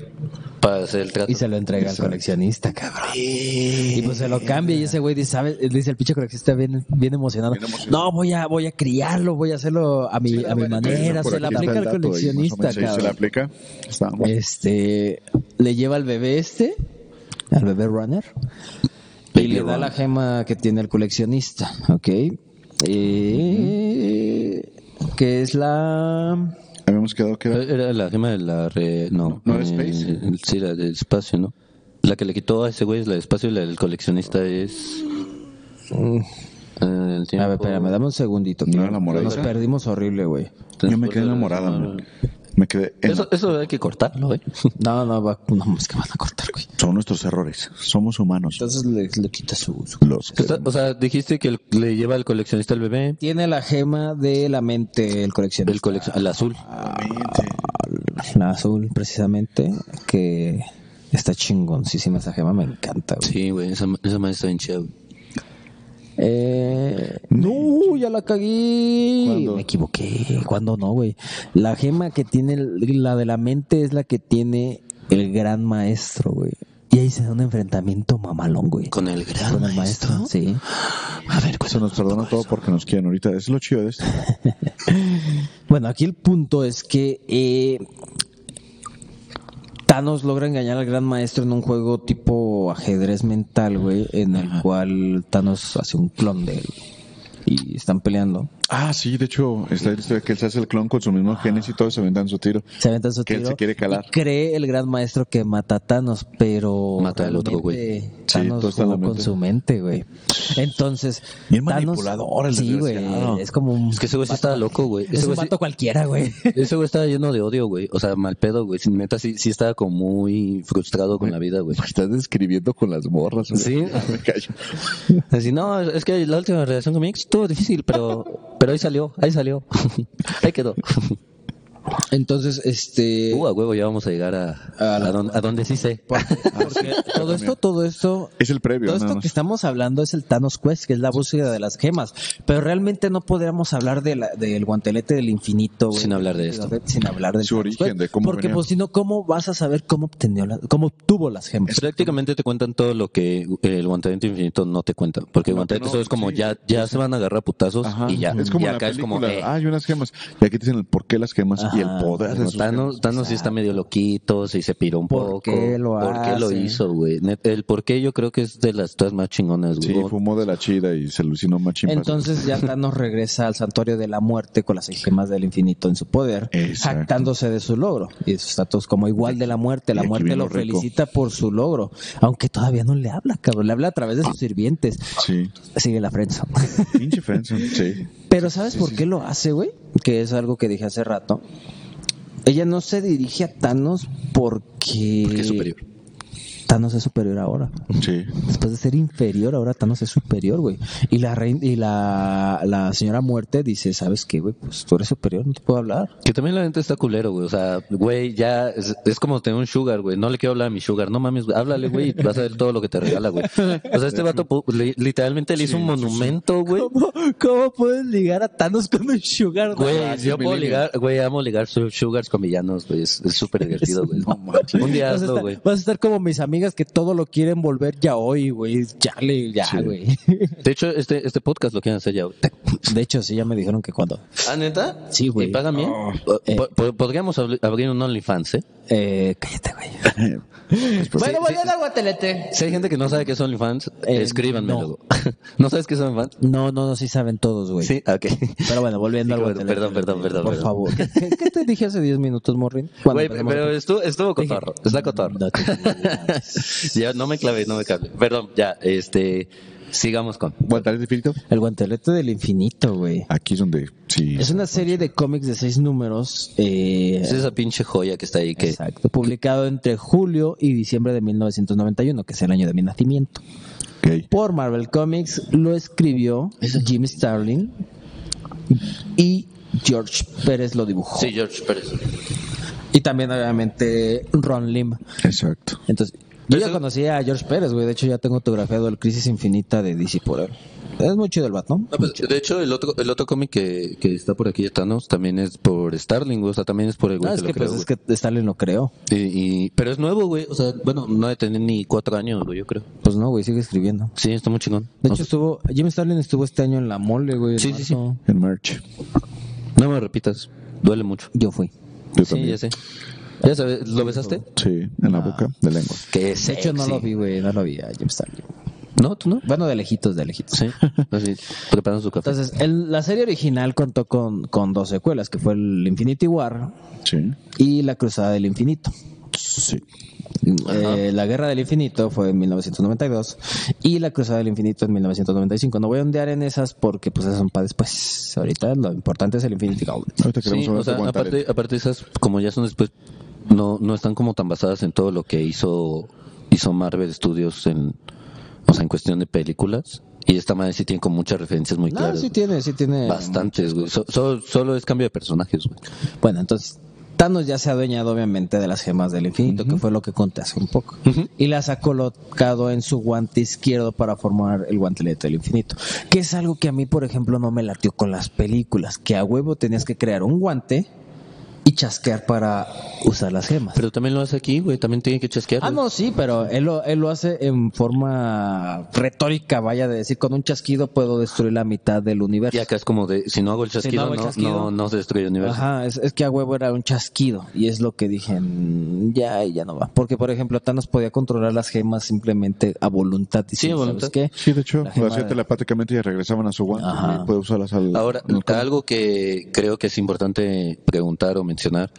C: Para hacer el trato.
A: y se lo entrega al coleccionista, cabrón. Y pues se lo cambia y ese güey dice, ¿sabes? Dice el pinche coleccionista bien, bien emocionado. No, voy a, voy a criarlo, voy a hacerlo a mi, a mi manera.
B: Por
A: Se le
B: aquí está
A: aplica
B: el
A: al
B: dato, ahí, más o
A: coleccionista,
B: menos, ahí Se le
A: cabrón.
B: aplica. Está bueno.
A: Este, le lleva al bebé este, al bebé runner, y
C: Baby
A: le da
C: Runner.
A: la gema que tiene el coleccionista, ¿ok? Eh, que es la...
B: Habíamos quedado
A: eh,
B: que era-
C: Era la gema de la re... No,
B: ¿No era Space?
C: eh, sí, la del espacio, ¿no? La que le quitó a ese güey es la del espacio y la del coleccionista es... eh, el tiempo.
A: A ver, espérame, dame un segundito.
B: ¿No
A: tío.
B: era la morada?
A: Nos perdimos horrible, güey.
B: Yo me quedé enamorada, man. Me quedé. en-
C: Eso, eso hay que cortarlo, ¿eh? güey.
A: No, no, va, no, es que van a cortar, güey.
B: Son nuestros errores. Somos humanos.
A: Entonces le, le quita su- su
B: Los que-
C: Está- O sea, dijiste que el- le lleva al coleccionista el bebé,
A: Tiene la gema de la mente el coleccionista.
C: el, colec- el azul.
A: La azul, precisamente, que está chingoncísima esa gema, me encanta, güey.
C: Sí, güey, esa, ma- esa madre está bien chida, güey.
A: Eh, no, ya la cagué.
B: ¿Cuándo?
A: Me equivoqué. ¿Cuándo no, güey? La gema que tiene, el- la de la mente es la que tiene el gran maestro, güey. Y ahí se da un enfrentamiento mamalón, güey.
C: Con el gran
A: Con
C: maestro.
A: Sí.
C: A ver,
B: Se nos perdona todo porque nos quieren ahorita. Es lo chido de esto.
A: Bueno, aquí el punto es que eh, Thanos logra engañar al gran maestro en un juego tipo ajedrez mental, güey, en el cual Thanos hace un clon de él y están peleando.
B: Ah, sí, de hecho, está la historia que él se hace el clon con su mismo genes y todos se vendan su tiro.
A: Se aventan su
B: Que él
A: tiro
B: se quiere calar.
A: y cree el gran maestro que mata a Thanos, pero
C: Mata al otro, güey.
A: realmente
B: Sí,
A: Thanos
B: todo está en la
A: jugó con
B: mente.
A: su mente, güey. Entonces,
B: Bien
A: Thanos-
B: manipulador el
A: sí, güey,
B: desgraciado.
A: es como un
C: Es que ese güey sí estaba loco, güey.
A: es
C: Ese
A: un
C: güey sí-
A: vato cualquiera, güey.
C: Ese güey estaba lleno de odio, güey. O sea, mal pedo, güey. Sin neta, sí, sí estaba como muy frustrado con la vida, güey.
B: Me estás describiendo con las morras. güey.
C: Sí.
B: Ah, Me callo.
C: Así, no, es que la última relación con mi ex estuvo difícil, pero, pero ahí salió, ahí salió. ahí quedó.
A: Entonces, este
C: Uh, a huevo, ya vamos a llegar a, a, don- a donde sí sé.
A: Porque todo esto, todo esto,
B: Es el previo,
A: todo
B: nada
A: esto
B: más.
A: que estamos hablando es el Thanos Quest, que es la búsqueda de las gemas. Pero realmente no podríamos hablar de la- del guantelete del infinito. güey.
C: Sin hablar de esto.
A: Sin hablar del
B: Su
A: Thanos
B: origen, de cómo
A: Porque
B: venía.
A: pues si no, ¿cómo vas a saber cómo obtenió la- cómo obtuvo las gemas?
C: Prácticamente te cuentan todo lo que el guantelete infinito no te cuenta. Porque el guantelete
B: no,
C: solo es como
B: sí.
C: ya, ya se van a agarrar a putazos
B: Ajá.
C: y ya.
B: Es como
C: y
B: la
C: acá es
B: película.
C: como. eh,
B: Hay unas gemas. Y aquí te dicen el por qué las gemas y el
A: Ajá.
B: poder de
C: Pero
B: sus gemas.
C: Thanos, Thanos sí está medio loquito, sí se piró un
A: ¿Por
C: poco.
A: qué lo
C: ¿Por qué lo
A: hace?
C: hizo, güey? Net- El por qué yo creo que es de las tres más chingonas, güey.
B: Sí, fumó de la chida y se alucinó machín.
A: Entonces ya Thanos regresa al santuario de la muerte con las gemas del infinito en su poder,
B: Exacto.
A: jactándose de su logro y de sus estatus como igual de la muerte.
B: Y
A: La
B: aquí
A: muerte
B: vino
A: lo
B: rico.
A: felicita por su logro, aunque todavía no le habla, cabrón. Le habla a través de
B: Ah.
A: sus sirvientes.
B: Sí.
A: Sigue la prensa.
B: Pinche Friendson. Sí.
A: Pero ¿sabes por qué lo hace, güey? Que es algo que dije hace rato. Ella no se dirige a Thanos porque...
C: Porque es superior.
A: Thanos es superior ahora.
B: Sí.
A: Después de ser inferior, ahora Thanos es superior, güey. Y la rein- y la, la señora muerte dice, ¿sabes qué, güey? Pues tú eres superior, no te puedo hablar.
C: Que también la gente está culero, güey. O sea, güey, ya es, es como tener un sugar, güey. No le quiero hablar a mi sugar. No mames, güey. Háblale, güey, y vas a ver todo lo que te regala, güey. O sea, este vato pu- li- literalmente le hizo un monumento, güey.
A: ¿Cómo, cómo puedes ligar a Thanos con un sugar?
C: Güey,
B: sí,
C: yo
B: me
C: puedo
B: liga.
C: ligar, güey, amo ligar su- sugars con villanos, güey. Es es súper divertido, güey.
B: manches.
C: Un día
A: Vas a,
C: hazlo,
A: estar,
C: güey.
A: vas a estar como mis amigas que todo lo quieren volver ya hoy, güey. Chale, ya,
B: Sí.
A: güey.
C: De hecho, este, este podcast lo quieren hacer ya ahorita.
A: De hecho, sí, ya me dijeron que cuando.
C: ¿Ah, neta?
A: Sí, güey.
C: ¿Y pagan bien?
A: Oh,
C: Po-
A: eh.
C: po- Podríamos abri- abrir un OnlyFans, ¿eh?
A: Eh, cállate, güey.
B: Pues,
C: Bueno, sí. volviendo
A: a Guatelete.
C: Si hay gente que no sabe qué es OnlyFans,
A: Eh,
C: escríbanme.
A: no.
C: No. sabes qué es OnlyFans?
A: No, no, no, sí saben todos, güey.
C: Sí, ah, ok.
A: Pero bueno, volviendo
C: Sí,
A: al
C: bueno,
A: Guatelete.
C: perdón, perdón, perdón,
A: Por
C: perdón.
A: favor. ¿Qué, qué te dije hace 10 minutos, Morrin? Cuando
C: Güey,
A: empezamos
C: pero
A: el-
C: estuvo, estuvo
A: Dije,
C: cotorro. Está cotorro.
A: no te-
C: ya, no me clavé, no me clavé. Perdón, ya, este, sigamos con.
B: Guantanamo Infinito.
A: El Guantelete del Infinito, güey.
B: Aquí es donde sí.
A: Es una serie de cómics de seis números. Eh,
C: Es esa pinche joya que está ahí que...
A: Exacto. Publicado entre julio y diciembre de 1991, que es el año de mi nacimiento.
B: Ok.
A: Por Marvel Comics lo escribió Jim Starlin y George Pérez lo dibujó.
C: Sí, George Pérez.
A: Y también, obviamente, Ron Lim.
B: Exacto.
A: Entonces, yo
C: Eso-
A: ya conocí a George Pérez, güey. De hecho, ya tengo autografiado el Crisis Infinita de DC por él. Es muy chido el bat, ¿no?
C: No, pues, de hecho, el otro, el otro cómic que, que está por aquí de Thanos también es por Starling, güey, o sea, también es por el güey
A: No, es
C: que
A: que,
C: lo creó,
A: pues, es
C: güey.
A: que Starlin lo creó.
C: Y- y- pero es nuevo, güey. O sea, bueno, no de tener ni cuatro años, güey, yo creo.
A: Pues no, güey, sigue escribiendo.
C: Sí, está muy chingón.
A: De
C: No
A: hecho,
C: sé.
A: estuvo, Jim Starlin estuvo este año en la mole, güey. en
C: Pues- Sí, sí, sí.
A: marzo.
B: En March.
C: no me repitas. Duele mucho.
A: Yo fui.
B: Yo
C: Sí, Ah.
B: también.
C: ya sé. Ya sabes, ¿lo besaste?
B: Sí, en la boca, de lengua.
C: Que
A: De hecho, no lo vi, güey. No lo vi a Jim Starlin.
C: No, tú no.
A: Bueno, de lejitos, de lejitos.
C: Sí, así, preparando su café.
A: Entonces, el- la serie original contó con, con dos secuelas, que fue el Infinity War
B: Sí.
A: y la Cruzada del Infinito.
B: Sí.
A: Eh, la Guerra del Infinito fue en 1992 y la Cruzada del Infinito en 1995. No voy a ondear en esas porque pues esas son para después. Ahorita lo importante es el Infinity Gauntlet.
B: Ahorita queremos
C: Sí,
B: hablar
C: o sea,
B: de Guantanamo.
C: aparte, aparte esas, como ya son después, no, no están como tan basadas en todo lo que hizo, hizo Marvel Studios en, o sea, en cuestión de películas. Y esta madre sí tiene como muchas referencias muy
A: No,
C: claras.
A: sí
C: güey.
A: tiene, sí tiene.
C: Bastantes, güey. So- so- solo es cambio de personajes, güey.
A: Bueno, entonces Thanos ya se ha adueñado obviamente de las gemas del infinito, que fue lo que conté hace un poco. Y las ha colocado en su guante izquierdo para formar el guantelete del infinito. Que es algo que a mí, por ejemplo, no me latió con las películas, que a huevo tenías que crear un guante y chasquear para usar las gemas.
C: Pero también lo hace aquí, güey. También tiene que chasquear.
A: Ah,
C: güey.
A: no, sí, pero él lo, él lo hace en forma retórica, vaya de decir, con un chasquido puedo destruir la mitad del universo.
C: Y acá es como de, si no hago el
A: no
C: chasquido, no,
A: hago el chasquido-
C: no- no se destruye el universo.
A: Ajá, es, es que a huevo era un chasquido y es lo que dije, mm, ya ya no va. Porque, por ejemplo, Thanos podía controlar las gemas simplemente a voluntad. Y
C: Sí,
A: sin-
C: a voluntad.
A: ¿sabes qué?
B: Sí, de hecho,
A: La
B: lo
A: gema
B: hacía
A: de-
B: telepáticamente y regresaban a su guante
A: Ajá.
B: y puede usarlas al.
C: Ahora,
B: al-
C: algo que creo que es importante preguntar o mencionar.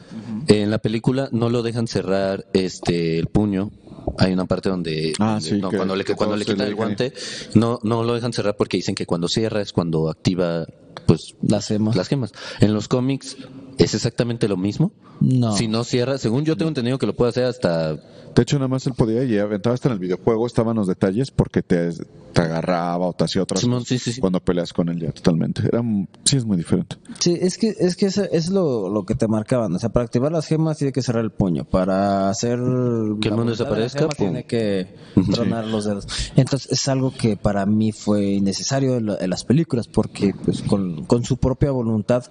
C: En la película no lo dejan cerrar este el puño. Hay una parte donde
B: Ah,
C: donde-
B: sí,
C: no,
B: que-
C: cuando le
B: que
C: cuando
B: todos
C: le
B: se
C: quitan
B: le
C: el
B: dejan
C: guante, no no lo dejan cerrar porque dicen que cuando cierra es cuando activa pues
A: Las
B: Ah.
A: gemas.
C: las gemas. En los cómics es exactamente lo mismo.
A: No.
C: Si no cierra, según yo tengo entendido que lo puede hacer hasta
B: De hecho, nada más él podía y aventaba hasta en el videojuego, estaban los detalles porque te, te agarraba o te hacía otras
C: Simón,
B: cosas
C: sí, sí, sí.
B: cuando peleas con él ya totalmente. Era, un- sí, es muy diferente.
A: Sí, es que es que eso es lo, lo que te marcaban. O sea, para activar las gemas tiene que cerrar el puño. Para hacer
C: Que el
A: la
C: mundo
A: voluntad de la
C: desaparezca,
A: gema
C: pum.
A: tiene que tronar los dedos. Entonces es algo que para mí fue innecesario en, la- en las películas porque pues, con, con su propia voluntad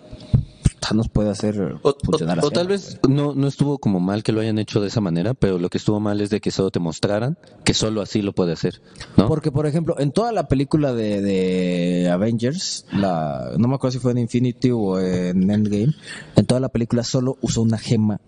A: Thanos puede hacer
C: O, o-
A: funcionar las
C: o tal
A: gemas.
C: vez no, no estuvo como mal que lo hayan hecho de esa manera, pero lo que estuvo mal es de que solo te mostraran que solo así lo puede hacer, ¿no?
A: Porque, por ejemplo, en toda la película de, de Avengers, la, no me acuerdo si fue en Infinity o en Endgame, en toda la película solo usó una gema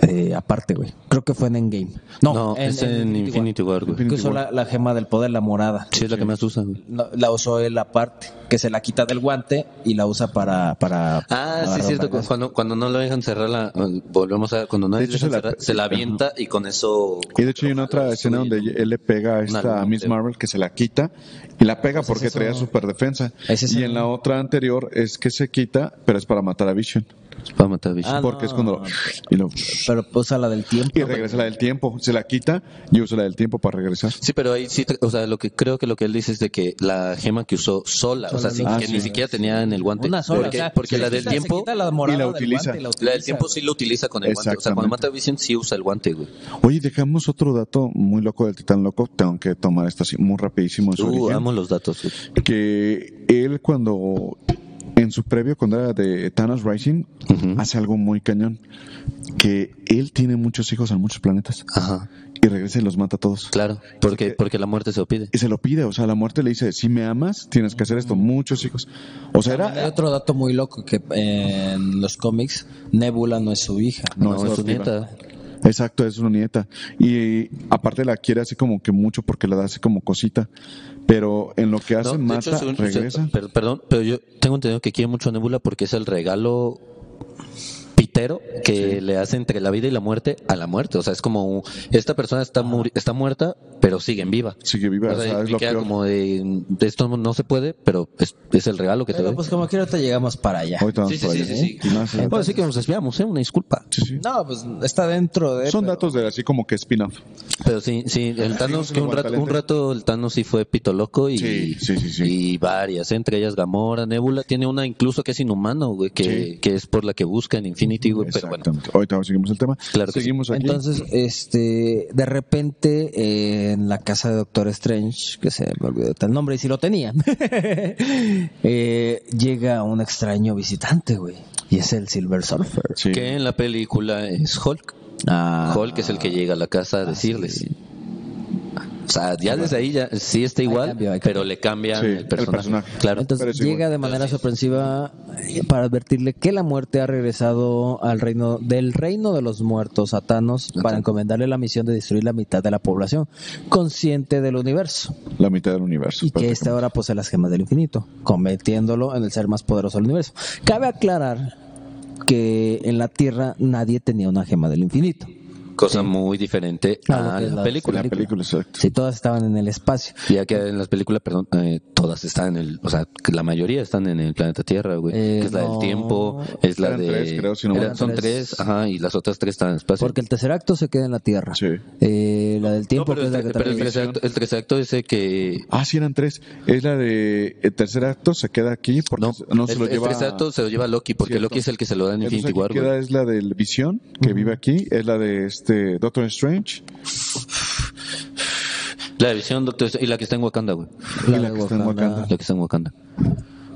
A: eh, aparte, güey. Creo que fue en Endgame. No,
C: no, es en, Infinity War, güey.
A: War. Que usó la, la gema del poder, la morada.
C: Sí, es la que más usan. güey.
A: La, la usó él aparte, que se la quita del guante y la usa para... para
C: Ah,
A: para
C: sí, es cierto.
A: romper-
C: Cuando, cuando no lo dejan cerrar, la, volvemos a. Cuando no
B: De
C: le
B: hecho,
C: dejan
B: se la-
C: cerrar, se la avienta y con eso.
B: Y de hecho, hay una otra escena donde él le pega a
C: Una
B: esta
C: luz,
B: Miss
C: creo.
B: Marvel que se la quita y la pega
A: Pues
B: porque
A: es eso.
B: traía super defensa.
A: Es esa-
B: y en la otra anterior es que se quita, pero es para matar a Vision.
C: Para matar a Vision.
A: Ah,
B: porque
A: no.
B: es cuando lo- y lo-
A: Pero usa la del tiempo.
B: y regresa la del tiempo. Se la quita y usa la del tiempo para regresar.
C: Sí, pero ahí sí, tra- o sea, lo que creo que lo que él dice es de que la gema que usó sola, o sea, sin,
B: Ah,
C: que
B: sí.
C: ni siquiera tenía en el guante.
A: Una sola.
C: Porque,
A: o sea,
C: porque
A: se
C: la del
A: quita- se
C: tiempo,
A: quita la, morada
B: y la
A: del guante
B: utiliza.
C: la del
A: utiliza,
C: tiempo
A: güey.
C: sí lo utiliza con el guante. O sea, cuando
B: Exactamente.
C: mata a Vision sí usa el guante, güey.
B: Oye, dejamos otro dato muy loco del Titán Loco. Tengo que tomar esto así muy rapidísimo en su
C: Uh,
B: origen.
C: amo los datos. güey.
B: que él cuando en su previo cuando era de Thanos Rising hace algo muy cañón que él tiene muchos hijos en muchos planetas
C: Ajá.
B: y regresa y los mata a todos.
C: Claro, porque, porque la muerte se lo pide.
B: Y se lo pide, o sea, la muerte le dice, si me amas, tienes que hacer esto, muchos hijos. O sea,
A: Hay
B: era...
A: otro dato muy loco que eh, en los cómics Nebula no es su hija.
C: No, es su
B: adoptiva.
C: nieta.
B: Exacto, es una nieta. Y aparte la quiere así como que mucho porque la da así como cosita. Pero en lo que hace,
C: No, de
B: mata,
C: hecho, según-
B: regresa.
C: se- per- perdón, pero yo tengo entendido que quiere mucho a Nebula porque es el regalo pitero que le hace entre la vida y la muerte a la muerte. O sea, es como un- esta persona está, muri- está muerta, pero siguen viva.
B: Sigue viva,
C: O sea,
B: o sea, es
C: y
B: Ah. lo
C: queda
B: peor.
C: como de, de esto no se puede, pero es, es el regalo que te
A: Pero
C: doy.
A: pues como quiera te llegamos para allá.
B: Ahorita vamos
C: Sí, sí,
B: para
C: sí,
B: allá.
C: sí, sí.
B: ¿eh? Y más-
C: Bueno, sí que nos desviamos, ¿eh? una disculpa.
B: sí, sí.
A: No, pues está dentro de...
B: Son
A: pero-
B: datos de así como que spin-off.
C: Pero sí, sí, el Thanos,
B: sí,
C: que un,
B: como el
C: rato, un
B: talento.
C: rato el Thanos sí fue pito loco y,
B: Sí, sí, sí, sí.
C: y varias, ¿eh? entre ellas Gamora, Nebula, tiene una incluso que es inhumano, güey, que,
B: Sí.
C: que es por la que busca en Infinity, güey, pero bueno.
B: Exactamente. Ahorita seguimos el tema.
C: Claro que
B: seguimos aquí.
A: Entonces, este, de repente, eh, en la casa de Doctor Strange, que se me olvidó tal nombre y si lo tenía, eh, llega un extraño visitante, güey, y es el Silver Surfer.
B: Sí.
C: Que en la película es Hulk.
A: Ah,
C: Hulk es el que llega a la casa
B: Ah,
C: a decirles. O sea, ya desde ahí ya sí está igual,
A: cambio, hay cambio.
C: pero le cambian
B: Sí,
C: el
B: el
C: personaje.
B: personaje.
C: Claro.
A: Entonces
B: Pero es
A: llega
B: igual.
A: de manera sorpresiva eh, para advertirle que la muerte ha regresado al reino del reino de los muertos a Thanos para encomendarle la misión de destruir la mitad de la población consciente del universo.
B: La mitad del universo.
A: y que este ahora posee las gemas del infinito, convirtiéndolo en el ser más poderoso del universo. Cabe aclarar que en la Tierra nadie tenía una gema del infinito.
C: cosa muy diferente
A: A lo
C: a
A: que es
C: la
A: la
C: película.
B: La película, exacto.
A: Si todas estaban en el espacio.
C: Ya que en las películas, perdón, eh, todas están en el, o sea, que la mayoría están en el planeta Tierra, güey.
A: Eh,
C: que es la
A: no.
C: del tiempo, es la
B: Eran
C: de...
B: tres, creo, si no me
C: eran-
A: equivoco.
C: son tres. ajá, y las otras tres están en el espacio.
A: Porque el tercer acto se queda en la Tierra.
B: Sí.
A: Eh, la del
C: No,
A: tiempo,
C: pero
A: que
C: el,
A: es la que
B: este,
C: tre- pero el
A: también-
C: tercer acto, el tercer acto es el que...
B: Ah, sí, eran tres. Es la de. El tercer acto se queda aquí porque
C: No,
B: no, se
C: el-
B: lo
C: el
B: lleva.
C: tercer acto se lo lleva Loki, porque
B: Cierto.
C: Loki es el que se lo da en
B: Entonces,
C: Infinity
B: aquí
C: War, güey.
B: queda es la del Visión, que vive aquí. Es la de este Doctor Strange.
C: La de visión, doctor, y la que está en Wakanda, güey.
A: La
B: y la
A: de
B: que está en
A: Wakanda.
B: Wakanda.
C: La que está en Wakanda.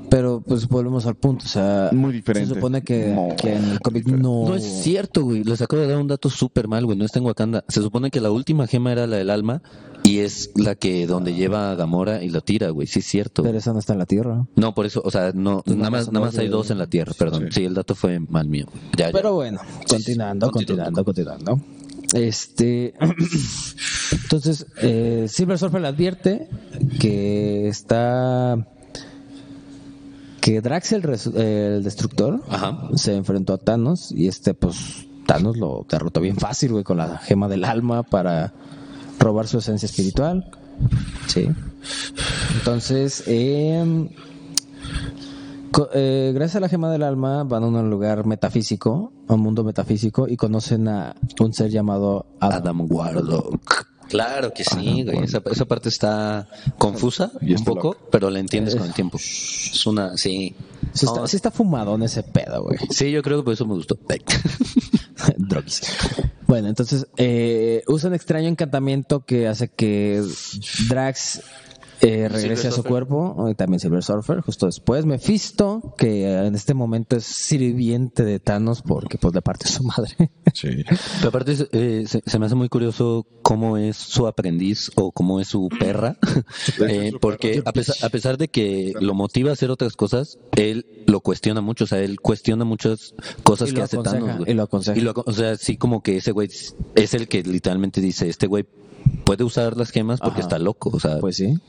A: Pero pues volvemos al punto. O sea,
B: Muy diferente.
A: Se supone que,
B: No,
A: que en el cómic no.
C: No es cierto, güey. Les acabo de dar un dato súper mal, güey. No está en Wakanda. Se supone que la última gema era la del alma y es la que donde lleva a Gamora y lo tira, güey. Sí es cierto.
A: Pero esa no está en la Tierra.
C: No, por eso, o sea, no,
A: Pues
C: nada
A: nada más
C: más,
A: son
C: nada
A: dos
C: más hay
A: de-
C: dos en la Tierra, perdón. Sí, el dato fue mal mío. Ya, ya.
A: Pero bueno, continuando, continuando, continuando. Pues, Este, entonces, eh, Silver Surfer le advierte que está que Drax el, res- el destructor
C: Ajá.
A: se enfrentó a Thanos y este, pues Thanos lo derrotó bien fácil, güey, con la gema del alma para robar su esencia espiritual. Sí. Entonces, em, Co- eh, gracias a la gema del alma van a un lugar metafísico, a un mundo metafísico, y conocen a un ser llamado Adam.
C: Adam Warlock. Claro que sí, güey. Esa, esa parte está confusa
B: Y
C: un
B: está
C: poco,
B: loca.
C: pero la entiendes con el tiempo. Es una, Eh. sí.
A: Sí
C: No,
A: está, sí está fumadón ese pedo, güey.
C: sí, yo creo que por eso me gustó.
A: Droguis. Bueno, entonces eh, usa un extraño encantamiento que hace que Drax eh, regrese a su cuerpo, y también Silver Surfer, justo después. Mephisto, que en este momento es sirviente de Thanos porque pues le parte su madre.
B: Sí.
C: Pero aparte eh, se, se me hace muy curioso cómo es su aprendiz o cómo es su perra, Eh, porque a pesar, a pesar de que lo motiva a hacer otras cosas, él lo cuestiona mucho, o sea, él cuestiona muchas cosas
A: Y
C: que
A: lo
C: hace
A: aconseja,
C: Thanos. güey.
A: y lo aconseja.
C: aco- o sea, sí como que ese güey es el que literalmente dice, este güey puede usar las gemas porque
A: Ajá.
C: está loco, o sea,
A: Pues sí.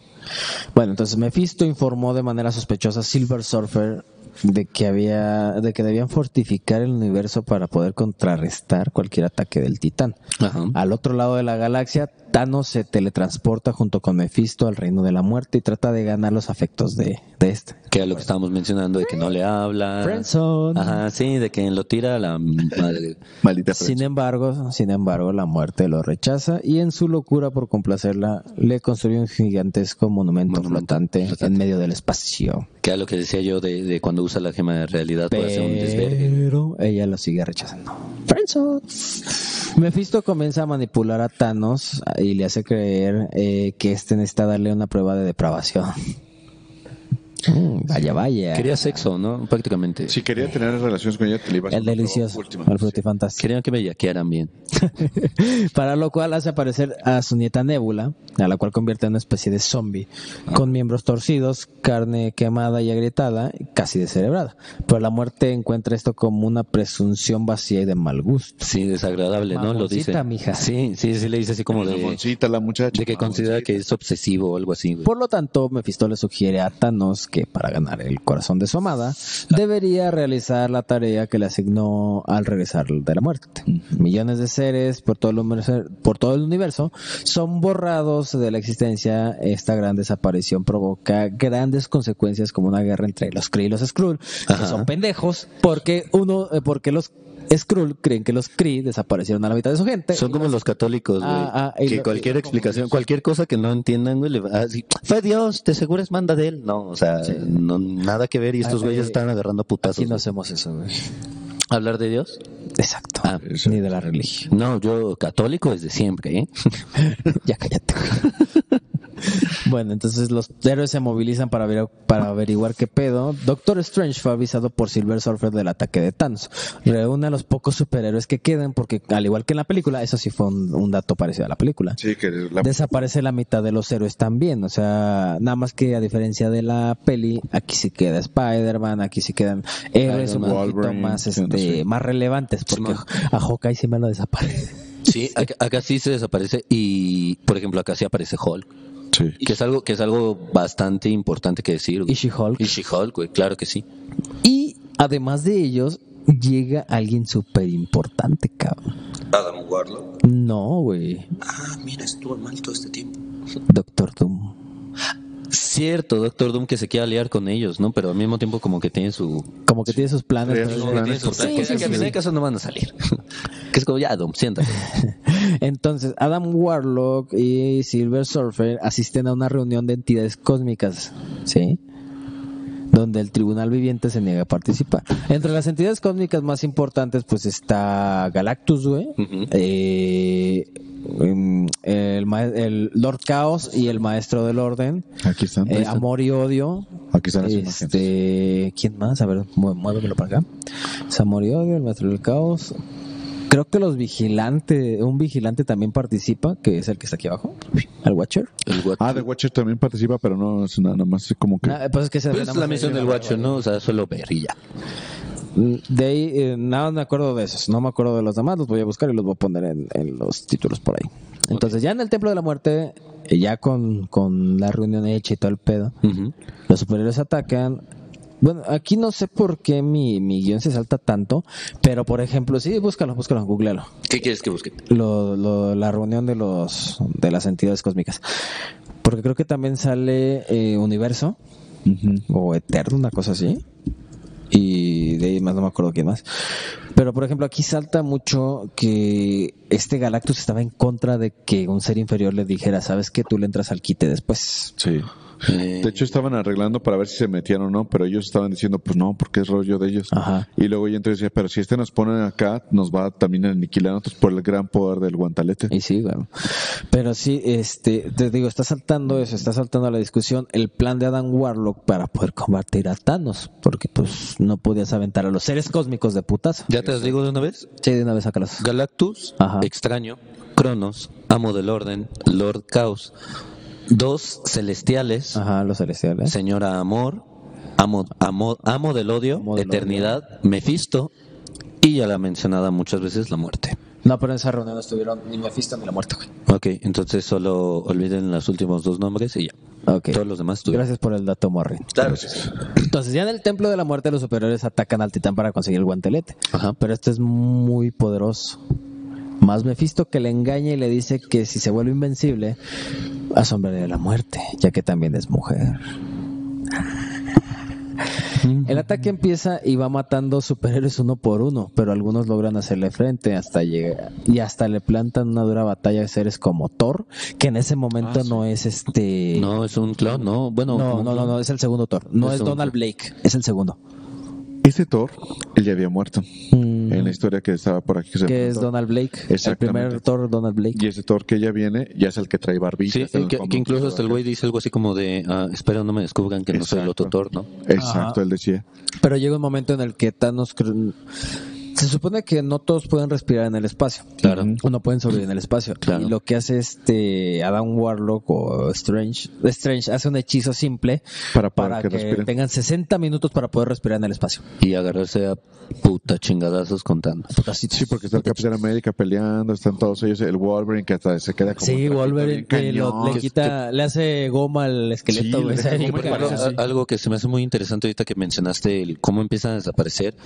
A: Bueno, entonces Mephisto informó de manera sospechosa a Silver Surfer de que había, de que debían fortificar el universo para poder contrarrestar cualquier ataque del titán.
C: ajá.
A: Al otro lado de la galaxia, Thanos se teletransporta junto con Mephisto al reino de la muerte y trata de ganar los afectos de, de este.
C: que era lo que estábamos mencionando de que no le habla.
A: Friendzone.
C: Ajá, sí, de que lo tira a la madre.
B: Maldita
A: Sin embargo, sin embargo, la muerte lo rechaza y en su locura por complacerla le construye un gigantesco monumento,
C: Monumento
A: flotante, en
C: flotante.
A: medio del espacio.
C: Que era lo que decía yo de, de cuando usa la gema de realidad para hacer un desvergue.
A: Pero ella lo sigue rechazando. Friendzone. Mephisto comienza a manipular a Thanos y le hace creer eh, que este necesita darle una prueba de depravación. Mm, vaya, vaya.
C: Quería sexo, ¿no? Prácticamente.
B: Si quería tener relaciones con ella, te le ibas a
A: El
B: la
A: delicioso,
B: última.
A: el frutifantástico.
C: Querían que me yaquearan bien.
A: Para lo cual hace aparecer a su nieta Nebula, a la cual convierte en una especie de zombie, con miembros torcidos, carne quemada y agrietada, casi descerebrada. Pero la muerte encuentra esto como una presunción vacía y de mal gusto.
C: Sí, desagradable, ¿no? Lo dice.
A: Mamoncita, mija.
C: Sí, sí, sí, le dice así como de,
B: Mamoncita la muchacha.
C: de que considera que es obsesivo o algo así. güey.
A: Por lo tanto, Mephisto le sugiere a Thanos que para ganar el corazón de su amada, debería realizar la tarea que le asignó al regresar de la muerte. Millones de seres por todo el universo, por todo el universo son borrados de la existencia. Esta gran desaparición provoca grandes consecuencias como una guerra entre los Kree y los Skrull, que
C: Ajá.
A: son pendejos porque uno eh, porque los Skrull creen que los Kree desaparecieron a la mitad de su gente.
C: Son como los católicos, güey.
A: Ah, ah, y
C: que
A: lo-
C: cualquier explicación, cualquier cosa que no entiendan, güey, le va- así, fue Dios, te seguro es manda de él. No, o sea, no, nada que ver y estos
A: Ah,
C: güeyes
A: eh,
C: están agarrando putazos.
A: Aquí no hacemos eso. güey.
C: ¿Hablar de Dios?
A: Exacto.
C: Ah,
A: Ni de la religión.
C: No, yo católico desde siempre, ¿eh?
A: Ya cállate. güey. bueno, entonces los héroes se movilizan para, averi- para averiguar qué pedo. Doctor Strange fue avisado por Silver Surfer del ataque de Thanos. Reúne a los pocos superhéroes que quedan porque, al igual que en la película, eso sí fue un, un dato parecido a la película.
B: Sí, que la
A: Desaparece la mitad de los héroes también, o sea, nada más que a diferencia de la peli, aquí sí queda Spider-Man, aquí sí quedan héroes
C: Iron
A: un
C: Man,
A: poquito
B: Wolverine,
A: más,
B: sí, no
A: este,
B: sé.
A: más relevantes, porque a Hawkeye sí me lo desaparece.
C: Sí, acá, acá sí se desaparece y, por ejemplo, acá sí aparece Hulk,
B: Sí.
C: que es algo que es algo bastante importante que decir. güey.
A: Y She-Hulk.
C: Y She-Hulk, güey, claro que sí.
A: Y además de ellos, llega alguien súper importante, cabrón.
D: Adam Warlock.
A: No, güey.
D: Ah, mira, estuvo mal todo este tiempo.
A: Doctor Doom.
C: Cierto, Doctor Doom que se quiere aliar con ellos, ¿no? Pero al mismo tiempo como que tiene su...
A: Como que tiene sus planes.
B: Sí,
A: pero-
B: sus planes.
C: tiene su
A: Sí,
C: que
A: sí,
C: que
A: sí,
C: en
A: sí.
C: ese caso no van a salir. que es como, ya, Doom, siéntate.
A: Entonces, Adam Warlock y Silver Surfer asisten a una reunión de entidades cósmicas, ¿sí? Donde el Tribunal Viviente se niega a participar. Entre las entidades cósmicas más importantes, pues está Galactus, güey.
C: Ujú.
A: eh, em, el, ma- el Lord Chaos y el Maestro del Orden.
B: Aquí están.
A: Eh, amor y odio.
B: Aquí están las imágenes.
A: Este, ¿Quién más? A ver, mu- muévemelo para acá. Es amor y odio, el maestro del caos. Creo que los vigilantes, un vigilante también participa, que es el que está aquí abajo, el Watcher.
C: El Watcher.
B: Ah, The Watcher también participa, pero no es nada más como que.
A: Na- pues es que se-
C: Pues
A: nada más
C: es la
A: se
C: misión
A: ve
C: del
A: la-
C: guacho, ¿no? O sea, solo ver y ya.
A: De ahí, eh, nada más me acuerdo de esos. No me acuerdo de los demás. Los voy a buscar y los voy a poner en, en los títulos por ahí. Entonces, ya en el Templo de la Muerte, eh, ya con, con la reunión hecha y todo el pedo, los superhéroes atacan. Bueno, aquí no sé por qué mi, mi guión se salta tanto, pero por ejemplo, sí, búscalo, búscalo, googlealo.
C: ¿Qué quieres que busque?
A: Lo- lo- la reunión de los de las entidades cósmicas. Porque creo que también sale eh, Universo
B: Ujú.
A: o Eterno, una cosa así. Y de ahí más no me acuerdo quién más. Pero por ejemplo, aquí salta mucho que este Galactus estaba en contra de que un ser inferior le dijera, sabes que tú le entras al quite después.
B: Sí.
A: Eh,
B: De hecho, estaban arreglando para ver si se metían o no, pero ellos estaban diciendo, pues no, porque es rollo de ellos.
A: Ajá.
B: Y luego yo entré y decía, pero si este nos pone acá, nos va también a aniquilar a nosotros por el gran poder del guantalete.
A: Y sí, güey. Pero sí, este, te digo, está saltando eso, está saltando la discusión, el plan de Adam Warlock para poder combatir a Thanos, porque pues no podías aventar a los seres cósmicos de putazo.
C: Ya te los digo de una vez.
A: Sí, de una vez sácalos.
C: Galactus,
A: Ajá.
C: extraño, Cronos, amo del orden, Lord Caos, dos celestiales,
A: Ajá, los ¿eh? celestiales.
C: señora amor, amo, amo, amo del odio,
A: Amo del
C: eternidad, Mephisto y ya la mencionada muchas veces la muerte.
A: No, pero en esa reunión no estuvieron ni Mephisto ni la muerte, güey.
C: Ok, entonces solo olviden los últimos dos nombres y ya.
A: Ok.
C: Todos los demás estuvieron.
A: Gracias por el dato, Morrin.
C: Claro.
A: Entonces, ya en el Templo de la Muerte, los superiores atacan al titán para conseguir el guantelete.
C: Ajá.
A: Pero este es muy poderoso. Más Mephisto que le engaña y le dice que si se vuelve invencible, asombraría la muerte, ya que también es mujer. El ataque empieza y va matando superhéroes uno por uno, pero algunos logran hacerle frente hasta llegar y hasta le plantan una dura batalla de seres como Thor, que en ese momento no es este
C: No, es un clon, no. Bueno,
A: Ah, no,
C: un
A: no, no,
C: clon.
A: no, es el segundo Thor. No
C: Es
A: es
C: un-
A: Donald Blake, es el segundo.
B: Este Thor, él ya había muerto
A: Mm,
B: en la historia que estaba por aquí. Que se
A: que es
B: presentó.
A: Donald Blake, el
B: Exactamente.
A: primer Thor Donald Blake.
B: Y ese Thor que ya viene, ya es el que trae barbilla.
C: Sí,
B: hasta los
C: que, que
B: famosos
C: incluso hasta el güey dice algo así como de, ah, espero no me descubran que no soy el
B: Exacto.
C: otro Thor, ¿no?
B: Exacto,
A: Ajá.
B: él decía.
A: Pero llega un momento en el que Thanos cru- se supone que no todos pueden respirar en el espacio.
C: Claro.
A: O no pueden sobrevivir en el espacio.
C: Claro.
A: Y lo que hace este Adam Warlock o Strange, Strange hace un hechizo simple
B: Para poder
A: para
B: que
A: que,
B: respiren.
A: tengan 60 minutos para poder respirar en el espacio.
C: Y agarrarse a puta chingadazos con Thanos.
B: Sí, porque está el Capitán América peleando, están todos ellos, el Wolverine que hasta se queda como.
A: Sí,
B: un trajito
A: Wolverine
B: bien
A: que lo-
B: cañón.
A: le quita, le hace goma al esqueleto,
B: Sí,
A: güey.
B: le
A: Está
B: hace
A: bien
B: goma y
A: cabrón.
C: Bueno, a- algo que se me hace muy interesante ahorita que mencionaste el cómo empiezan a desaparecer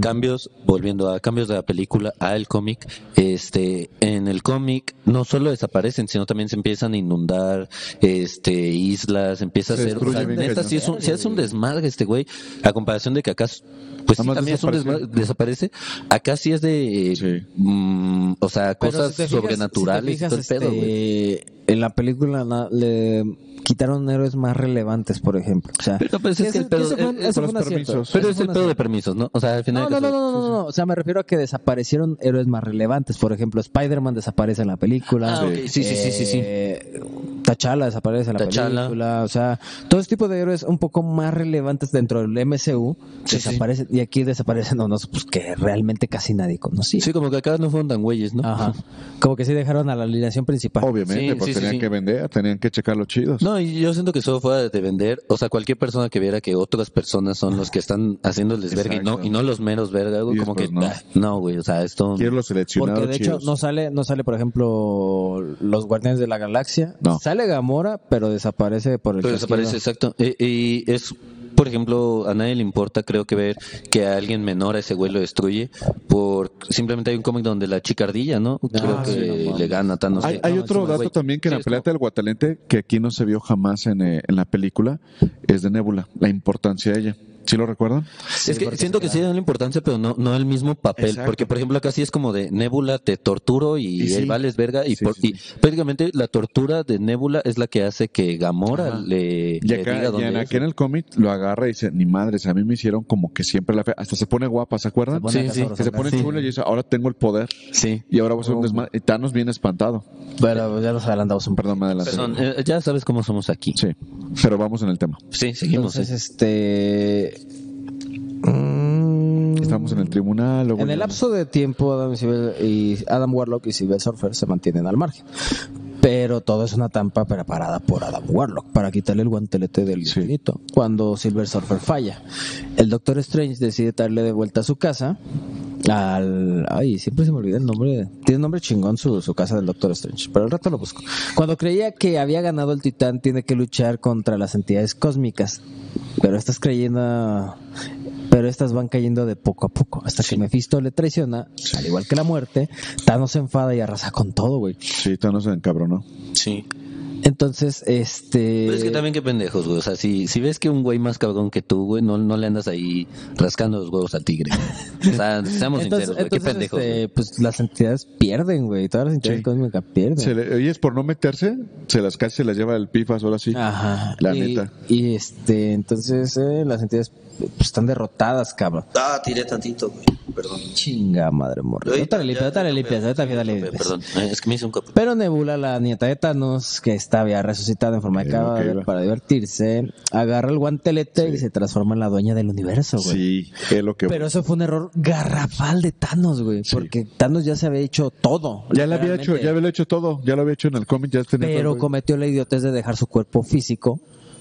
C: cambios volviendo a cambios de la película al cómic este en el cómic no solo desaparecen sino también se empiezan a inundar este islas empieza
B: Se
C: a ser o
B: destruye
C: sea,
B: bien
C: neta
B: cañón.
C: sí es un, sí es un desmadre este güey a comparación de que acá pues sí,
B: Además,
C: también es un
B: desapareció.
C: desmadre desaparece acá sí es de eh,
B: Sí.
C: mm, o sea
A: Pero
C: cosas
A: si te fijas-
C: sobrenaturales
A: si te fijas,
C: y todo el pedo güey.
A: este, En la película na- le quitaron héroes más relevantes, por ejemplo. O sea,
C: Pero, pues, es que el pedo-
A: eso fue un-
C: eh, eh,
A: eso
B: por
A: fue un
B: los
A: acierto.
B: permisos.
C: Pero
A: Eso
C: es
A: fue
C: el
A: un
C: pedo de
A: acierto.
C: permisos, ¿no? O sea, al final.
A: No, no,
C: de
A: no,
C: cuentas-
A: no, no, no. O sea, me refiero a que desaparecieron héroes más relevantes. Por ejemplo, Spider-Man desaparece en la película.
C: Ah, ok. Sí, sí, sí, sí, sí.
A: Eh, T'Challa desaparece en la
C: T'Challa.
A: película. O sea, todo ese tipo de héroes un poco más relevantes dentro del MCU
C: Sí,
A: desaparecen. Y aquí desaparecen unos pues, que realmente casi nadie conocía.
C: Sí, como que acá no fueron tan güeyes, ¿no?
A: Ajá. Como que sí dejaron a la alineación principal.
B: Obviamente,
C: Sí,
B: pues
C: sí, sí,
B: tenían
C: sí.
B: que vender, tenían que checar los chidos.
C: No, y yo siento que eso fuera de vender. O sea, cualquier persona que viera que otras personas son los que están haciéndoles verga y no,
B: Exacto.
C: y no los meros verga, güey.
B: Y
C: Como que,
B: después no.
C: "Ah, no, güey, o sea, esto.
B: Quiero los seleccionados
A: Porque de hecho
B: chidos.
A: no sale, no sale por ejemplo los Guardianes de la Galaxia.
B: No.
A: Sale Gamora, pero desaparece por el
C: Pero
A: chasquido.
C: desaparece, exacto. E- Y, es, por ejemplo, a nadie le importa, creo que ver que a alguien menor a ese güey lo destruye. Por simplemente hay un cómic donde la chicardilla, ¿no? Creo
A: Ah, sí, no
C: que
A: mames.
C: le gana a Thanos.
B: Hay,
C: Sí,
B: hay
C: no,
B: otro
C: encima,
B: dato
C: güey.
B: también que en
C: Sí,
B: la
C: es
B: pelea del Guatalente, que aquí no se vio jamás en, eh, en la película, es de Nebula, la importancia de ella. ¿Sí lo recuerdan?
C: es que
A: porque
C: siento
A: se
C: que
A: queda-
C: sí le dan la importancia, pero no, no el mismo papel.
B: Exacto.
C: Porque, por ejemplo, acá sí es como de Nebula, te torturo y,
B: Y sí.
C: él vales verga. Y,
B: Sí,
C: por-
B: sí,
C: y prácticamente la tortura de Nebula es la que hace que Gamora
B: Ajá.
C: le,
B: Y
C: le
B: acá,
C: diga
B: y
C: dónde
B: en,
C: es.
B: aquí en el cómic lo agarra y dice, ni madres, a mí me hicieron como que siempre la fe. Hasta se pone guapa, ¿se acuerdan?
A: pone Sí, acá sí.
B: Que se pone
A: Sí.
B: chula y dice, ahora tengo el poder
C: Sí.
B: y ahora voy a ser un
A: Oh.
B: desmadre. Y Thanos viene espantado.
A: Pero pues ya nos adelantamos un
B: Perdón, me adelanté.
C: Perdón, eh, ya sabes cómo somos aquí.
B: Sí, pero vamos en el tema.
C: Sí, seguimos.
A: Entonces, este. mm,
B: Estamos en el tribunal. luego
A: En el
B: ya-
A: lapso de tiempo, Adam, Civil y Adam Warlock y Silver Surfer se mantienen al margen. Pero todo es una tampa preparada por Adam Warlock para quitarle el guantelete del
B: Sí.
A: infinito. Cuando Silver Surfer falla, el Doctor Strange decide darle de vuelta a su casa. Al. Ay, siempre se me olvida el nombre. Tiene nombre chingón su, su casa del Doctor Strange. Pero al rato lo busco. Cuando creía que había ganado el titán, tiene que luchar contra las entidades cósmicas. Pero estas creyendo. Pero estas van cayendo de poco a poco. Hasta que Mephisto le traiciona, al igual que la muerte, Thanos se enfada y arrasa con todo, güey.
B: Sí, Thanos se encabronó.
C: Sí.
A: Entonces, este.
C: eh. Pero es
B: Eh,
C: que también qué pendejos, güey. O sea, si, si ves que un güey más cabrón que tú, güey, no, no le andas ahí rascando los huevos al tigre. O sea, seamos
A: Entonces-
C: sinceros, güey. Qué
A: entonces,
C: pendejos.
A: este, pues las entidades pierden, güey. Todas las entidades
B: Sí.
A: cósmicas pierden.
B: Se le- y es por no meterse, se las casi se las lleva el pifas, ahora sí.
A: Ajá.
B: La
A: y,
B: neta.
A: Y este, entonces eh, las entidades pues, están derrotadas, cabrón.
D: Ah, tiré tantito, güey. Perdón.
A: Chinga madre morra.
D: Ahorita
A: Ahorita le limpias,
D: ya-
A: ahorita le
D: ya
A: limpias,
D: tomé,
A: ahorita le
C: güey.
A: limpias.
C: Perdón, eh, es que me hice un copo.
A: Pero Nebula, la nieta de Thanos, que está había resucitado en forma de
B: Es lo que
A: cadáver
B: iba.
A: para divertirse, agarra el guantelete
B: Sí.
A: y se transforma en la dueña del universo, güey.
B: Sí, es lo que...
A: pues Pero eso fue un error garrafal de Thanos, güey,
B: Sí.
A: porque Thanos ya se había hecho todo.
B: ya lo había hecho,
A: literalmente.
B: ya lo había hecho todo, ya lo había hecho en el cómic, ya tenía... todo
A: Pero
B: el-
A: cometió la idiotez de dejar su cuerpo físico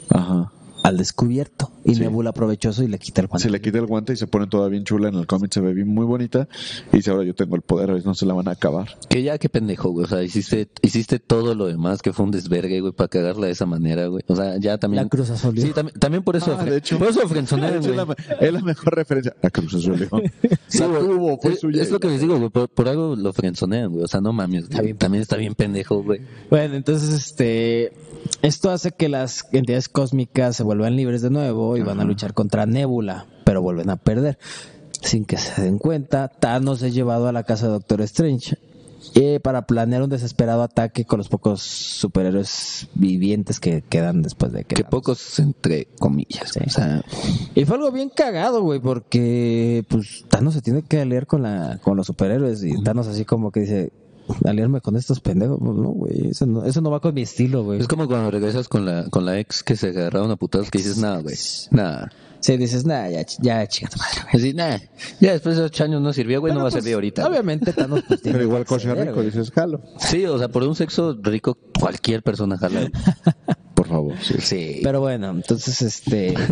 B: Ajá.
A: al descubierto. Y
B: Sí.
A: Nebula aprovechó eso y le quita el guante.
B: Se le quita el guante y se pone toda bien chula en el cómic, se ve bien muy bonita. Y dice, ahora yo tengo el poder, a ver, no se la van a acabar.
C: Que ya, qué pendejo, güey. O sea, hiciste, hiciste todo lo demás que fue un desvergue, güey, para cagarla de esa manera, güey. O sea, ya también.
A: La Cruz Azul.
C: Sí, también, también por eso.
B: Ah,
C: ofre-
B: de hecho.
C: por eso ofrenzonean,
B: es, la,
C: güey.
B: es la mejor referencia. La Cruz Azul.
C: Sí, güey.
B: tuvo, fue
C: Es-
B: suya.
C: Es lo que les digo, güey. Por, por algo lo frenzonean, güey. O sea, no mames. güey.
A: Está bien.
C: También está bien pendejo, güey.
A: Bueno, entonces este esto hace que las entidades cósmicas se vuelvan libres de nuevo y van a luchar contra Nebula, pero vuelven a perder. Sin que se den cuenta, Thanos es llevado a la casa de Doctor Strange eh, para planear un desesperado ataque con los pocos superhéroes vivientes que quedan después de que...
C: Que
A: Thanos.
C: pocos, entre comillas.
A: Sí.
C: O sea,
A: Y fue algo bien cagado, güey, porque pues Thanos se tiene que aliar con la con los superhéroes y Thanos así como que dice, aliarme con estos pendejos, pues, no, güey, eso no, eso no va con mi estilo, güey.
C: es como cuando regresas con la, con la ex que se agarraron a putadas que dices, nada, güey, nada.
A: Sí, dices, nada, ya, ch- ya, chica tu madre, güey".
C: Así, Pues nah, ya después de ocho años no sirvió, güey, no
A: Pero,
C: va a
A: pues,
C: servir ahorita. güey".
A: Obviamente Thanos pues, tiene
B: Pero igual
A: que
B: coche
A: ceder,
B: rico,
A: güey.
B: dices, jalo.
C: Sí, o sea, por un sexo rico cualquier persona jala. güey.
B: Por favor, sí.
C: Sí.
A: Pero bueno, entonces este.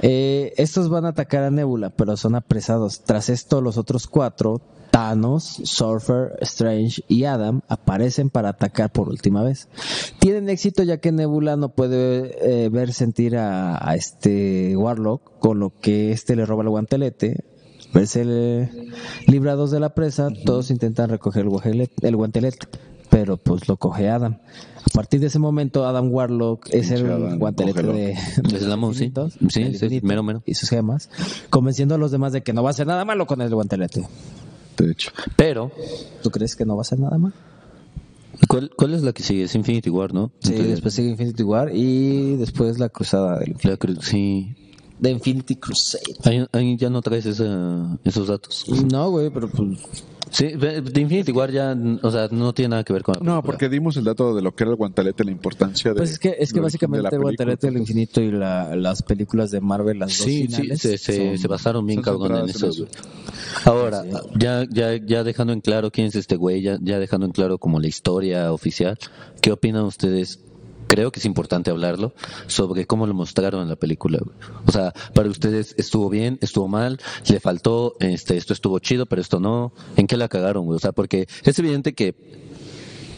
A: Eh, estos van a atacar a Nebula, pero son apresados. Tras esto, los otros cuatro, Thanos, Surfer, Strange y Adam, aparecen para atacar por última vez. Tienen éxito ya que Nebula no puede eh, ver sentir a, a este Warlock, con lo que este le roba el guantelete. Verse el- librados de la presa, todos intentan recoger el, guajele- el guantelete, pero pues lo coge Adam. A partir de ese momento, Adam Warlock es
B: Pinche
A: el
B: Adam,
A: guantelete
B: cógelo.
A: de,
C: Es la mo- sí.
A: infinitos,
C: Sí,
A: el
C: sí,
A: infinito
C: mero, mero.
A: Y sus gemas, convenciendo a los demás de que no va a hacer nada malo con el guantelete.
B: De hecho,
C: Pero,
A: ¿Tú crees que no va a hacer nada malo?
C: ¿cuál, cuál es la que sigue? Es Infinity War, ¿no?
A: Sí,
C: Entonces,
A: después sigue Infinity War y después la cruzada del
C: la cru- sí.
A: de Infinity Crusade.
C: Ahí, ahí ya no traes esa- esos datos.
A: No, güey, pero pues
C: Sí, ve- de Infinity War ya, o sea, no tiene nada que ver con la
B: No,
C: película.
B: porque dimos el dato de lo que era el guantelete, la importancia de.
A: Pues es que, es que
B: del origen de la
A: básicamente
B: película. pues.
A: Guantelete del Infinito y la- las películas de Marvel, las dos
C: Sí, sí,
A: finales,
C: se, se,
A: son-
C: se basaron bien
B: son
C: cabrón en eso.
B: centradas en
C: güey. Ahora, ya, ya, ya dejando en claro quién es este güey, ya, ya dejando en claro como la historia oficial, ¿qué opinan ustedes? Creo que es importante hablarlo sobre cómo lo mostraron en la película. güey. O sea, para ustedes estuvo bien, estuvo mal, le faltó, este, esto estuvo chido, pero esto no. ¿En qué la cagaron, güey? O sea, porque es evidente que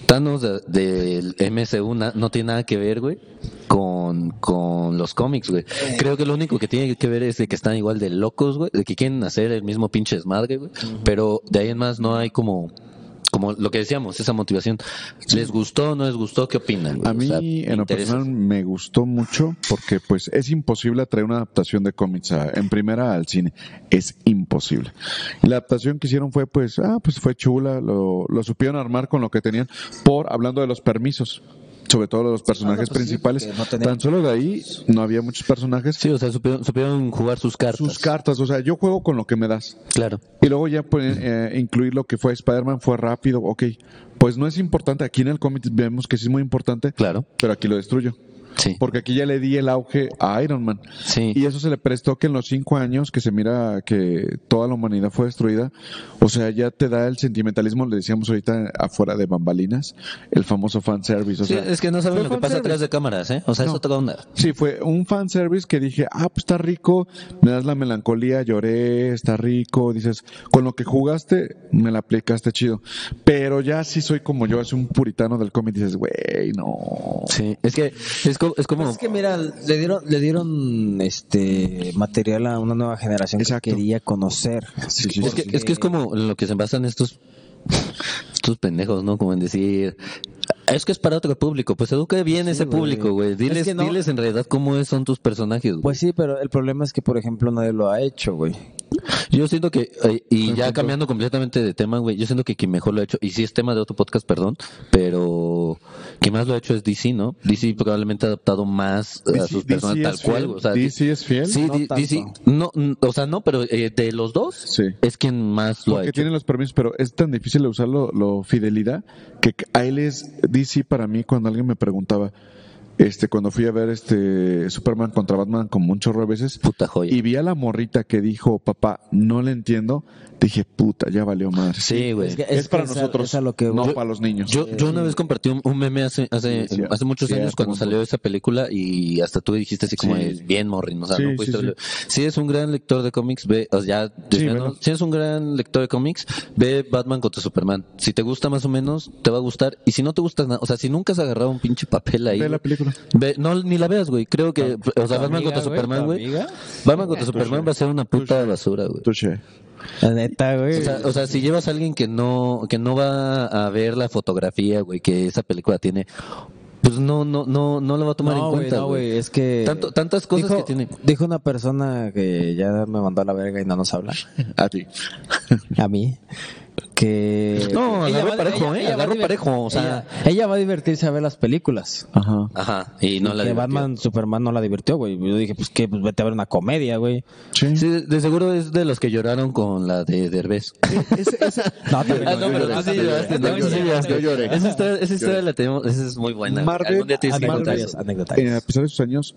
C: Thanos de- del MCU na- no tiene nada que ver, güey, con, con los cómics, güey. Creo que lo único que tiene que ver es de que están igual de locos, güey, de que quieren hacer el mismo pinche desmadre, güey. Pero de ahí en más no hay como, como lo que decíamos, esa motivación. ¿Les gustó no les gustó? ¿Qué opinan? güey?
B: A
C: O sea,
B: mí, en lo
C: interesa.
B: personal, me gustó mucho porque, pues, es imposible traer una adaptación de cómics a- en primera al cine. Es imposible. Y la adaptación que hicieron fue, pues, ah, pues fue chula, lo, lo supieron armar con lo que tenían, por hablando de los permisos, sobre todo de los
A: pues
B: personajes
A: sí,
B: principales.
A: porque no tenían-
B: Tan solo de ahí no había muchos personajes.
C: Sí, pues, o sea, supieron, supieron jugar sus cartas.
B: Sus cartas, o sea, yo juego con lo que me das.
C: Claro.
B: Y luego ya pues, eh, incluir lo que fue Spider-Man fue rápido, ok. Pues no es importante, aquí en el cómic vemos que sí es muy importante,
C: Claro.
B: pero aquí lo destruyo.
C: Sí.
B: Porque aquí ya le di el auge a Iron Man.
C: Sí.
B: Y eso se le prestó que en los cinco años que se mira que toda la humanidad fue destruida, o sea, ya te da el sentimentalismo, le decíamos ahorita afuera de bambalinas, el famoso fanservice. O
C: Sí,
B: sea,
C: es que no saben
B: fue
C: lo que pasa
B: fanservice.
C: atrás de cámaras, ¿eh? O sea, es
B: No.
C: otra onda.
B: Sí, fue un fanservice que dije, ah, pues está rico, me das la melancolía, lloré, está rico, dices, con lo que jugaste, me la aplicaste chido. Pero ya sí soy como yo, es un puritano del cómic, dices, güey, no.
C: Sí. Es que es como, es como
A: Pues es que mira, le dieron, le dieron este material a una nueva generación
B: Exacto.
A: que quería conocer.
B: Sí, sí,
C: Es
B: sí.
C: que, es que es como lo que se basan estos, estos pendejos, ¿no? Como en decir, es que es para otro público. Pues educa bien
A: Sí,
C: ese
A: güey.
C: público, güey.
A: Es
C: Diles,
A: que no-
C: diles en realidad cómo es- son tus personajes. güey.
A: Pues sí, pero el problema es que, por ejemplo, nadie lo ha hecho, güey.
C: yo siento que,
A: pues,
C: eh, y ya cambiando completamente de tema, güey, yo siento que quien mejor lo ha hecho, y sí es tema de otro podcast, perdón, pero quien más lo ha hecho es DC, ¿no? DC probablemente ha adaptado más a
B: DC
C: sus personajes
B: es
C: tal cual.
B: fiel,
C: güey. O sea,
B: DC es fiel.
C: Sí,
A: No
C: di-
A: tanto.
C: DC, no, mm, o sea, no, pero eh, de los dos
B: Sí.
C: es quien más lo ha
B: Porque
C: hecho.
B: tienen los permisos, pero es tan difícil de usar lo, lo fidelidad que a él es DC para mí cuando alguien me preguntaba, este, cuando fui a ver este Superman contra Batman como un chorro de veces,
C: Puta joya.
B: y vi a la morrita que dijo, papá, no le entiendo, dije, puta, ya valió madre.
C: sí, güey.
A: Es que-
B: Es, para
A: que esa-
B: nosotros,
A: esa lo que
B: no
A: voy.
B: para los niños.
C: Yo, yo una vez compartí un, un meme hace, hace,
B: Sí, sí,
C: hace muchos
B: sí,
C: años
B: hace
C: cuando
B: mucho.
C: salió esa película y hasta tú dijiste así como
B: Sí.
C: es bien morrin, o sea,
B: Sí,
C: no
B: sí,
C: pudiste
B: sí.
C: verlo. Si es un gran lector de cómics, ve, o sea, ya,
B: Sí,
C: desviando-
B: velo.
C: si es un gran lector de cómics, ve Batman contra Superman. Si te gusta más o menos, te va a gustar. Y si no te gusta nada, o sea, si nunca has agarrado un pinche papel ahí,
B: Ve la película.
C: ve- no, ni la veas, güey. Creo que, o sea, Batman contra Superman, güey. Batman contra Superman va a ser una puta basura, güey.
B: Touché.
A: La neta, güey.
C: O sea, o sea, si llevas a alguien que no, que no va a ver la fotografía, güey, que esa película tiene pues no, no, no, no lo va a tomar en
A: No, güey,
C: cuenta.
A: no,
C: güey.
A: güey, es que...
C: Tanto- tantas cosas
A: Dijo-
C: que tiene.
A: Dijo una persona que ya me mandó a la verga y no nos habla,
B: A ti.
A: a mí, que...
C: No,
A: Ella
C: agarro
A: va-
C: parejo,
A: ella-
C: eh,
A: ella va
C: agarro
A: a divert-
C: parejo, o sea-
A: Ella, ella va a divertirse a ver las películas.
B: Ajá.
C: Ajá, y no
A: Y
C: la
A: que
C: divertió.
A: Batman, Superman no la divirtió, güey. Yo dije, pues qué, pues vete a ver una comedia, güey.
B: Sí.
C: Sí, de seguro es de los que lloraron con la de Derbez.
A: No, también
C: Ah,
A: no,
C: no, pero
A: llores.
C: tú sí lloraste, ¿no?
B: Yo
C: Tú sí
B: lloré,
C: lloraste.
B: yo lloré.
C: Esa historia, esa historia
B: Lloré.
C: la tenemos, esa es muy buena.
B: Marvel-
C: Algún día tienes que contar
A: Anecdotarios,
C: eso.
B: Eh, a
A: anecdotarios.
B: pesar de sus años,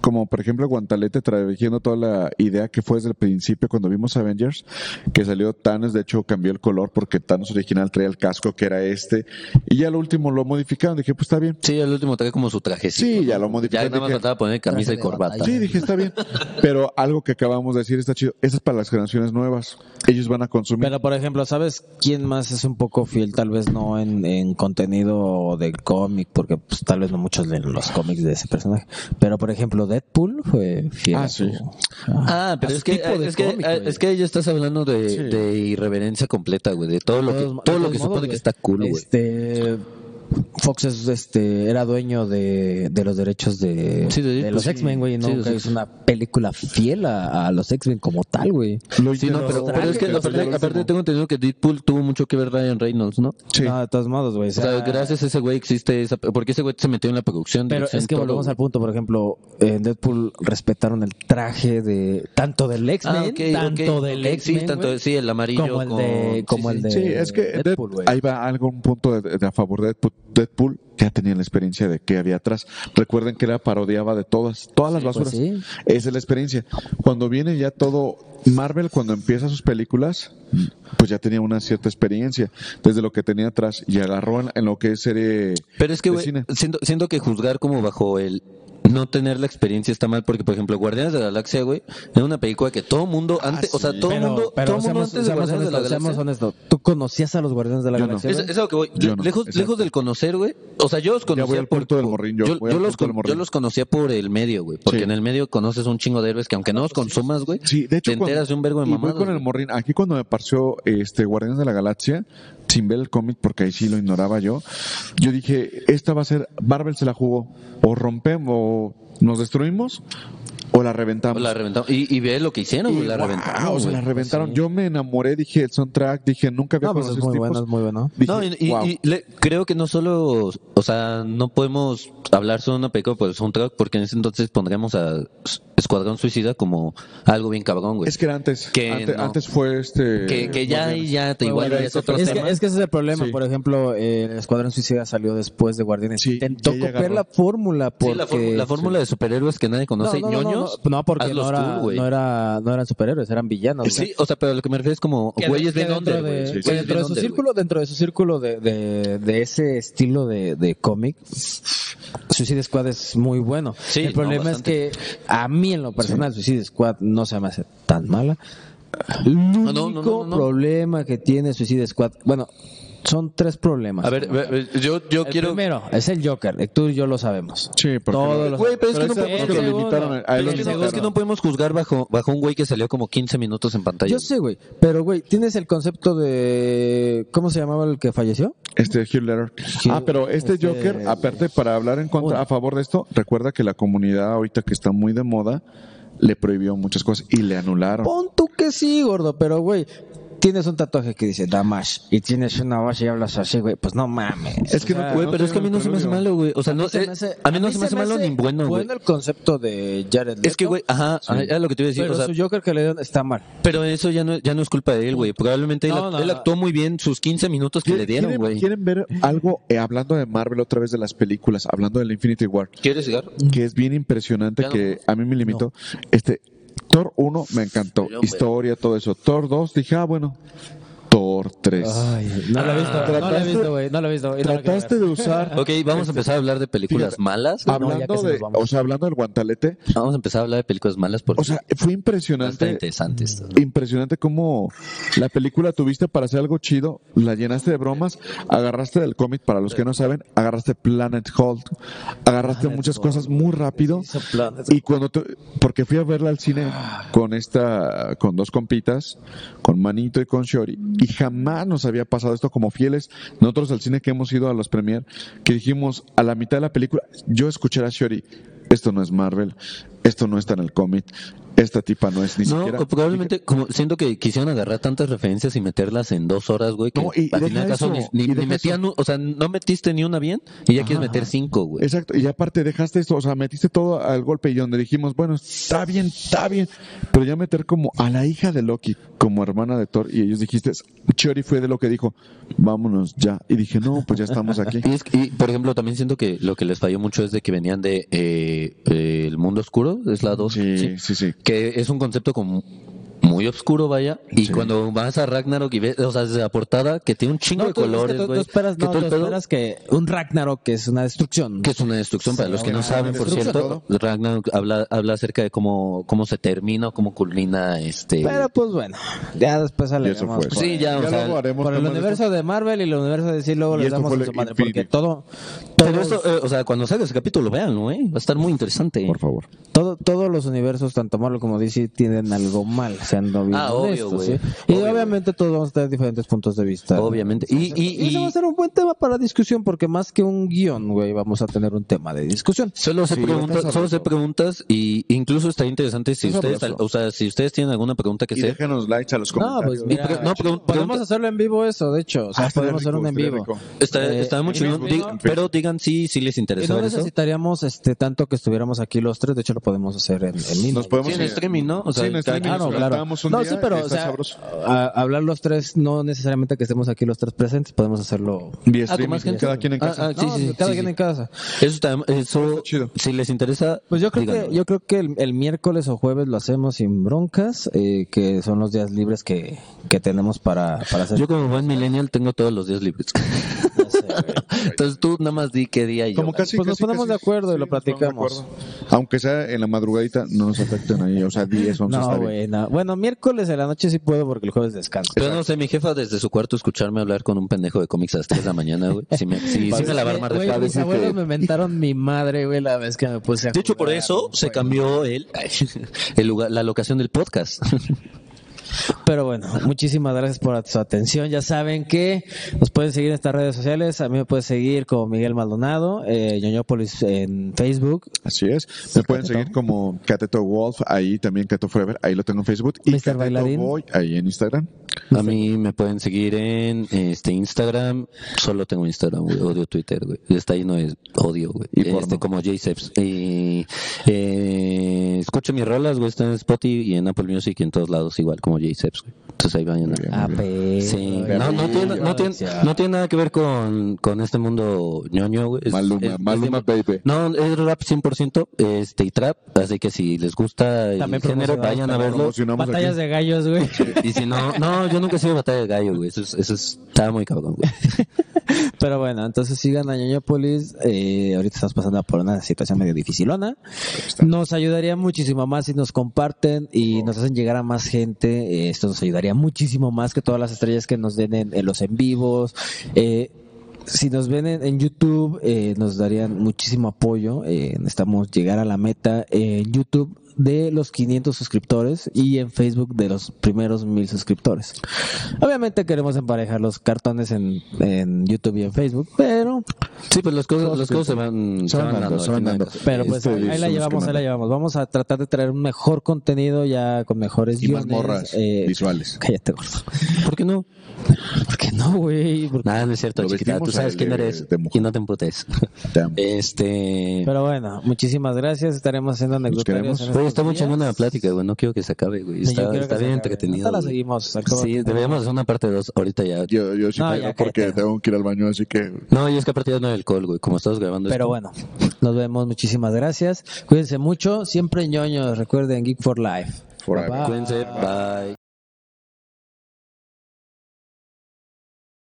B: como por ejemplo Guantalete trayendo toda la idea que fue desde el principio cuando vimos Avengers, que salió Thanos, de hecho cambió el color porque Thanos original traía el casco que era este, y ya lo último lo modificaron, dije pues está bien.
C: Sí, el último trae como su trajecito.
B: Sí, ya
C: ¿no?
B: lo modificaron.
C: Ya nada más
B: dije,
C: faltaba poner camisa
D: Traje
C: y
D: de
C: corbata.
D: batalla.
B: Sí, dije, está bien. Pero algo que acabamos de decir está chido. Eso es para las generaciones nuevas. Ellos van a consumir.
A: Pero, por ejemplo, ¿sabes quién más es un poco fiel? Tal vez no en, en contenido del cómic, porque pues, tal vez no muchos leen los cómics de ese personaje. Pero, por ejemplo, Deadpool fue fiel.
B: Ah,
A: a su-
B: sí.
C: Ah, pero
A: a
C: es
A: su
C: que,
A: tipo de
C: es, que, eh,
A: cómic, güey.
C: es que ya estás hablando de, de irreverencia completa, güey. De todo lo
A: De
C: que,
A: todos-
C: todo
A: de
C: lo
A: todos
C: que se supone
A: modos,
C: que está cool, güey.
A: Este, Fox es, este, era dueño de, de los derechos de,
C: Sí, de Deadpool,
A: los
C: sí.
A: X-Men, güey. y
C: Sí,
A: Nunca
C: sí.
A: hizo una película fiel a, a los X-Men como tal, güey.
B: Lo
C: Sí, no,
B: intentó,
C: pero, pero es que
B: pero
C: aparte,
B: salió lo
C: aparte
B: último.
C: tengo entendido que Deadpool tuvo mucho que ver Ryan Reynolds, ¿no?
B: Sí.
A: No, de todos modos, güey. o
C: O sea,
A: sea,
C: gracias a ese güey existe esa... Porque ese güey se metió en la producción.
A: Pero
C: dirección,
A: es que
C: todo,
A: volvemos
C: güey.
A: al punto, por ejemplo, en Deadpool respetaron el traje de tanto del X-Men,
C: Ah, ok,
A: tanto
C: ok,
A: del
C: ok,
A: X-Men,
C: sí, tanto,
A: güey,
C: sí, el amarillo
A: como el
C: con-
A: de,
C: sí,
A: como
C: sí,
A: el de
B: Sí, es que Dead-
A: Deadpool, güey.
B: ahí va algo, un punto de, de a favor de Deadpool. Deadpool ya tenía la experiencia de que había atrás. Recuerden que era parodiaba de todas, todas las
A: pues
B: basuras.
A: sí.
B: Esa es la experiencia. Cuando viene ya todo, Marvel cuando empieza sus películas, pues ya tenía una cierta experiencia desde lo que tenía atrás y agarró en, en lo que es serie
C: Pero es que,
B: de
C: güey,
B: cine.
C: siento, siento que juzgar como bajo el no tener la experiencia está mal, porque, por ejemplo, Guardianes de la Galaxia, güey, era una película que todo mundo
B: Ah,
C: antes, o sea, todo
A: Pero-
C: mundo,
A: pero
C: todo mundo
A: seamos-
C: antes de
A: seamos
C: Guardianes de la
A: honestos,
C: Galaxia.
A: seamos honestos, ¿tú conocías a los Guardianes de la
B: Yo no.
A: Galaxia?
C: Es,
A: güey?
C: es a lo que voy.
B: Yo no,
C: lejos,
B: exacto.
C: lejos del conocer, güey. O sea, yo los
B: voy
C: conocía
B: al
C: por,
B: punto del
C: por-
B: morrín, yo- voy al punto
C: los,
B: del
C: con-
B: morrín.
C: yo los conocía por el medio, güey. Porque
B: Sí.
C: en el medio conoces un chingo de héroes que aunque no los consumas, güey,
B: Sí, de hecho,
C: te
B: cuando-
C: enteras de un vergo de
B: y voy
C: mamadas.
B: con el
C: güey.
B: morrín. Aquí cuando me apareció este, Guardianes de la Galaxia, sin ver el cómic, porque ahí sí lo ignoraba yo, yo dije, esta va a ser, Marvel se la jugó, o rompemos, o nos destruimos, o la reventamos.
C: La reventaron. Y, y ve lo que hicieron, güey. La
B: Wow,
C: reventaron.
B: o sea, la
C: güey.
B: reventaron. Yo me enamoré, dije, el soundtrack, dije, nunca había
A: No, pues es
B: conocido
A: muy
B: estos
A: bueno, es
B: tipos.
A: muy bueno.
B: Dije,
C: no, y, y-
B: wow.
C: y le- creo que no solo, o sea, no podemos hablar solo de una película por el soundtrack, porque en ese entonces pondríamos a Escuadrón Suicida como algo bien cabrón, güey.
B: es que era antes.
C: pues, Que
B: antes,
C: no.
B: antes fue este.
C: que, que ya, ahí ya te
A: Muy
C: igual,
A: bueno,
C: ya es otro
A: es, que,
C: tema.
A: es que ese es el problema.
B: Sí.
A: Por ejemplo, eh, el Escuadrón Suicida salió después de Guardianes.
B: Sí,
A: Intentó
B: y ella
A: copiar
B: agarró.
A: la fórmula
C: Sí,
A: porque...
C: la, fórmula- la fórmula de superhéroes que nadie conoce,
A: no, no, no,
C: ñoños.
A: no, no, porque
C: hazlos
A: no, era,
C: tú, güey.
A: no, era, no eran superhéroes, eran villanos. güey.
C: Sí, o sea, pero lo que me refiero es como
A: Que
C: güeyes
A: de-
C: bien
A: que
C: under,
A: dentro
C: güey.
A: de-
C: Sí,
A: que
C: sí, bien
A: dentro de su
C: under,
A: círculo, dentro de su círculo de, de, de ese estilo de, de cómic, Suicide Squad es muy bueno.
C: Sí,
A: El
C: no,
A: problema es
C: bastante.
A: que a mí en lo personal Suicide Squad no se me hace tan mala. El único
C: no, no, no, no.
A: problema que tiene Suicide Squad, bueno, son tres problemas.
C: güey. A ver, ve- ve- yo, yo
A: El
C: quiero...
A: primero es el Joker, tú y yo lo sabemos.
B: Sí, porque-
A: Todos lo
C: Güey, pero es que no
B: Pero ese-
C: podemos...
A: el
B: lo
A: segundo.
B: limitaron, a él
C: pero
B: lo
C: es que no-
B: limitaron.
C: es que no podemos juzgar bajo, bajo un güey que salió como 15 minutos en pantalla.
A: Yo sé, güey, pero güey, tienes el concepto de ¿cómo se llamaba el que falleció?
B: Este Hugh Letter. Ah, pero este,
A: este-
B: Joker, aparte, para hablar en contra,
A: Uno.
B: a favor de esto, recuerda que la comunidad ahorita que está muy de moda le prohibió muchas cosas y le anularon.
A: Pon tú que sí, gordo, pero güey, tienes un tatuaje que dice Damash y tienes una base y hablas así, güey, pues no mames.
B: Es que no,
C: Güey, pero es que a mí no se me hace malo, güey. O sea, no,
A: se
C: eh,
A: me hace-
C: a mí no se me hace malo ni bueno, güey.
A: Bueno el concepto de Jared Leto.
C: Es que, güey, ajá, ajá, era lo que te iba a decir.
A: pero
C: o sea,
A: su Joker que le dieron está mal.
C: pero eso ya no, ya no es culpa de él, güey. Probablemente él,
A: No, no,
C: él
A: no.
C: actuó muy bien sus 15 minutos que le dieron,
B: ¿Quieren-
C: güey.
B: ¿Quieren ver algo eh, hablando de Marvel otra vez de las películas, hablando del Infinity War?
C: ¿Quieres cigarro?
B: que es bien impresionante
C: Ya no.
B: que a mí me limitó. Este Thor 1 me encantó,
C: Pero, hombre.
B: historia, todo eso. Thor 2 dije, ah, bueno. Thor 3.
A: Ay, no lo he visto,
C: Ah.
A: no lo he visto, güey, no lo he visto. güey, no lo quiero
B: Trataste
A: ver.
B: de usar
C: Ok, vamos a empezar a hablar de películas
B: Fíjate.
C: malas.
A: Ah, no, ya que
B: hablando
A: se nos
B: de,
A: vamos.
B: o sea, hablando del guantalete,
C: Vamos a empezar a hablar de películas malas porque
B: o sea, mm, fue
C: está
B: impresionante.
C: interesante esto.
B: Impresionante cómo la película tuviste para hacer algo chido, la llenaste de bromas, agarraste del cómic, para los que no saben, agarraste Planet Hulk, agarraste muchas cosas muy rápido.
A: Hizo planes.
B: Y cuando te- porque fui a verla al cine con esta, con dos compitas, con Manito y con Shori, y jamás nos había pasado esto como fieles. Nosotros al cine que hemos ido a los premier, que dijimos a la mitad de la película, yo escuché a Shiori, esto no es Marvel, esto no está en el cómic, esta tipa no es ni
C: No,
B: siquiera...
C: o probablemente, como, siento que quisieron agarrar tantas referencias y meterlas en dos horas, güey. Que
B: No, y- y
C: al final
B: deja
C: caso ni,
B: eso,
C: ni-
B: y
C: ni
B: deja
C: metían, un- o sea, no metiste ni una bien y ya quieres meter cinco,
A: pues.
C: güey.
B: Exacto, y aparte dejaste esto, o sea, metiste todo al golpe y donde dijimos, bueno, está bien, está bien, pero ya meter como a la hija de Loki como hermana de Thor y ellos dijiste, Chori fue de lo que dijo, vámonos ya, y dije, no, pues ya estamos aquí.
C: Y, es que- y, por ejemplo, también siento que lo que les falló mucho es de que venían de eh, eh, El Mundo Oscuro, es la dos
B: Sí, sí, sí.
C: que es un concepto como muy oscuro, vaya. Y
B: Sí.
C: cuando vas a Ragnarok y ves, o sea, desde la portada que tiene un chingo
A: No,
C: de
A: tú- es que
C: colores,
A: tú- tú
C: güey.
A: esperas,
C: que
A: no,
C: todo el
A: tú
C: pedo-
A: esperas que un Ragnarok, que es una destrucción.
C: que es una destrucción para los que no
B: una
C: saben por
B: destrucción.
C: cierto Ragnarok habla habla acerca de cómo cómo se termina o cómo culmina este
A: Pero pues bueno, ya después
B: Y eso
A: hablaremos
B: fue.
A: por-
C: Sí, ya, o
B: Ya
C: sea,
B: luego haremos
A: por el
B: temas de
A: universo de Marvel y el universo de DC luego
B: Y
A: les
B: esto
A: damos
B: fue
A: en
B: lo
A: su madre
B: Infinity.
A: porque todo
C: pero
A: todos-
C: eso eh, o sea cuando salga ese capítulo véanlo eh va a estar muy interesante
B: esto, por favor.
A: Todo, todos los universos, tanto Marvel como DC, tienen algo mal, siendo bien
C: Ah, obvio,
A: honestos,
C: güey.
A: ¿sí? Y
C: Obvio,
A: obviamente todos vamos a tener diferentes puntos de vista.
C: obviamente y
A: Y,
C: y,
A: eso va a
C: y
A: ser un buen tema para discusión, porque más que un guión, güey, vamos a tener un tema de discusión.
C: solo se
B: Sí,
C: pregunta-
B: está
C: solo se
B: sabroso.
C: preguntas y incluso está interesante si
B: Está
C: ustedes
B: sabroso.
C: o sea si ustedes tienen alguna pregunta que
B: Y
C: hacer
B: déjanos likes a los
A: No,
B: comentarios.
A: pues mira,
C: Y pre- no, pre-
A: podemos
C: pregunta-
A: hacerlo en vivo eso, de hecho. O sea,
B: Ah, estaría
A: podemos hacer
B: rico,
A: un en
B: estaría
A: vivo.
B: rico.
C: está
A: Eh,
C: está muy
A: en
C: chingón
A: Facebook,
C: di-
A: ¿no?
C: pero digan si si les
A: Y
C: interesa
A: no
C: eso
A: necesitaríamos este tanto que estuviéramos aquí los tres, de hecho lo podemos hacer en, en línea.
B: Nos podemos
C: Sí, en
B: ir-
C: streaming, ¿no? O sea,
B: sí, en streaming.
A: Claro,
B: nos
A: claro.
B: juntamos un
A: no,
B: día,
A: sí, pero o
B: está
A: sea,
B: sabroso.
A: a- hablar los tres, no necesariamente que estemos aquí los tres presentes, podemos hacerlo.
B: Vía
C: Ah, con
B: streaming,
C: más gente.
B: cada quien en
C: Ah,
B: casa.
C: ah, sí,
A: No,
C: sí,
A: cada
C: sí,
A: quien
C: sí.
A: en casa.
C: eso está, eso
B: Está chido.
C: si les interesa
A: Pues yo creo
C: díganlo.
A: que yo creo que el, el miércoles o jueves lo hacemos sin broncas, eh, que son los días libres que, que tenemos para, para hacer.
C: Yo como buen millennial tengo todos los días libres.
A: No sé, güey.
C: Entonces tú nada más di qué día y yo.
B: Como casi,
A: Pues nos
B: casi,
A: ponemos
B: casi,
A: de acuerdo y lo
B: nos ponemos de
A: platicamos.
B: acuerdo. Aunque sea en la madrugadita, no nos afecten ahí. O sea, 10, 11
A: no,
B: está bien.
A: güey, no. Bueno, miércoles en la noche sí puedo porque el jueves descanso.
C: Pero no sé, mi jefa desde su cuarto escucharme hablar con un pendejo de cómics a las 3 de la mañana, güey. Sí, me, sí, sí me la va a armar de
A: Güey,
C: pedo.
A: mis abuelos me mentaron mi madre, güey, la vez que me puse a
C: De hecho, por
A: jugar
C: eso
A: un
C: se
A: juego.
C: cambió el, el lugar, la locación del podcast.
A: Pero bueno, muchísimas gracias por su atención. Ya saben que nos pueden seguir en estas redes sociales. A mí me pueden seguir como Miguel Maldonado, eh, Ñoñópolis en Facebook.
B: Así es. Me pueden seguir como Cateto Wolf, ahí también Cato Forever, ahí lo tengo en Facebook. Y
A: Mr.
B: Cateto
A: Bailarín.
B: Boy, ahí en Instagram.
C: A mí me pueden seguir en este Instagram. Solo tengo Instagram, güey. Odio Twitter, güey. Está lleno de odio, güey.
B: Y
C: Este,
B: porno.
C: como J-Seps. Y, eh, escuchen mis rolas, güey. Están en Spotify y en Apple Music y en todos lados igual, como J-Seps, güey. Entonces ahí vayan a...
B: bien.
A: Ah, pero-
C: Sí, no, no, tiene, no, tiene, no tiene nada que ver con, con este mundo ñoño, güey. Es-
B: Maluma,
C: es- es
B: Maluma
C: de-
B: Baby.
C: No, es rap 100% este, y trap, así que si les gusta el
A: También
C: género,
A: promocionamos,
C: vayan a
A: también
C: verlo.
B: Promocionamos
A: Batallas
B: aquí.
A: de gallos, güey.
C: Y si no, no, yo nunca he sido batalla de gallo, güey. Eso, es- eso es- está muy cabrón, güey.
A: Pero bueno, entonces sigan a Ñoñópolis. Eh, ahorita estamos pasando por una situación medio dificilona. Nos ayudaría muchísimo más si nos comparten y nos hacen llegar a más gente. Eh, esto nos ayudaría muchísimo más que todas las estrellas que nos den en, en los en vivos. Eh, si nos ven en, en YouTube, eh, nos darían muchísimo apoyo. Eh, necesitamos llegar a la meta en YouTube de los 500 suscriptores y en Facebook de los primeros 1000 suscriptores. Obviamente queremos emparejar los cartones en, en YouTube y en Facebook, pero,
C: Sí, pues las cosas, las cosas se van, se van dando.
B: se
C: al
B: van
C: final.
B: dando.
A: pero pues
B: Este,
A: ahí, ahí la
B: somos
A: llevamos,
B: que
A: ahí la
B: manda.
A: llevamos. Vamos a tratar de traer un mejor contenido ya con mejores
B: Y más
A: guiones,
B: morras
A: eh,
B: visuales.
A: Cállate, gordo.
C: ¿Por qué no?
A: ¿Por qué no, güey? ¿Por qué?
C: Nada, no es cierto,
B: Lo
C: chiquita. Tú
B: vestimos
C: sabes
B: al
C: quién
B: de-
C: eres
B: de mujer.
C: y no te emputes.
B: Te amo.
C: Este...
A: Pero bueno, muchísimas gracias. Estaremos haciendo anecdotarios.
B: queremos.
A: en
C: Güey,
A: estos
C: está muy
A: días.
C: chingona la plática, güey. No quiero que se acabe, güey.
A: Sí, yo
C: Está,
A: quiero que
C: está
A: se
C: bien
A: acabe.
C: entretenido.
A: Ahorita la
C: güey.
A: seguimos. al cabo.
C: Sí, deberíamos hacer una parte 2 ahorita ya.
B: Yo, yo sí
A: No,
B: puedo
A: ya,
B: porque
A: cállate.
B: tengo que ir al baño, así que
C: No, y es que aparte ya no hay alcohol, güey. Como estamos grabando.
A: Pero
C: esto-
A: bueno, nos vemos. Muchísimas gracias. Cuídense mucho. Siempre ñoños. Recuerden, Geek for Life. Bye,
B: Forever.
A: bye. Ah.
C: Cuídense. Bye.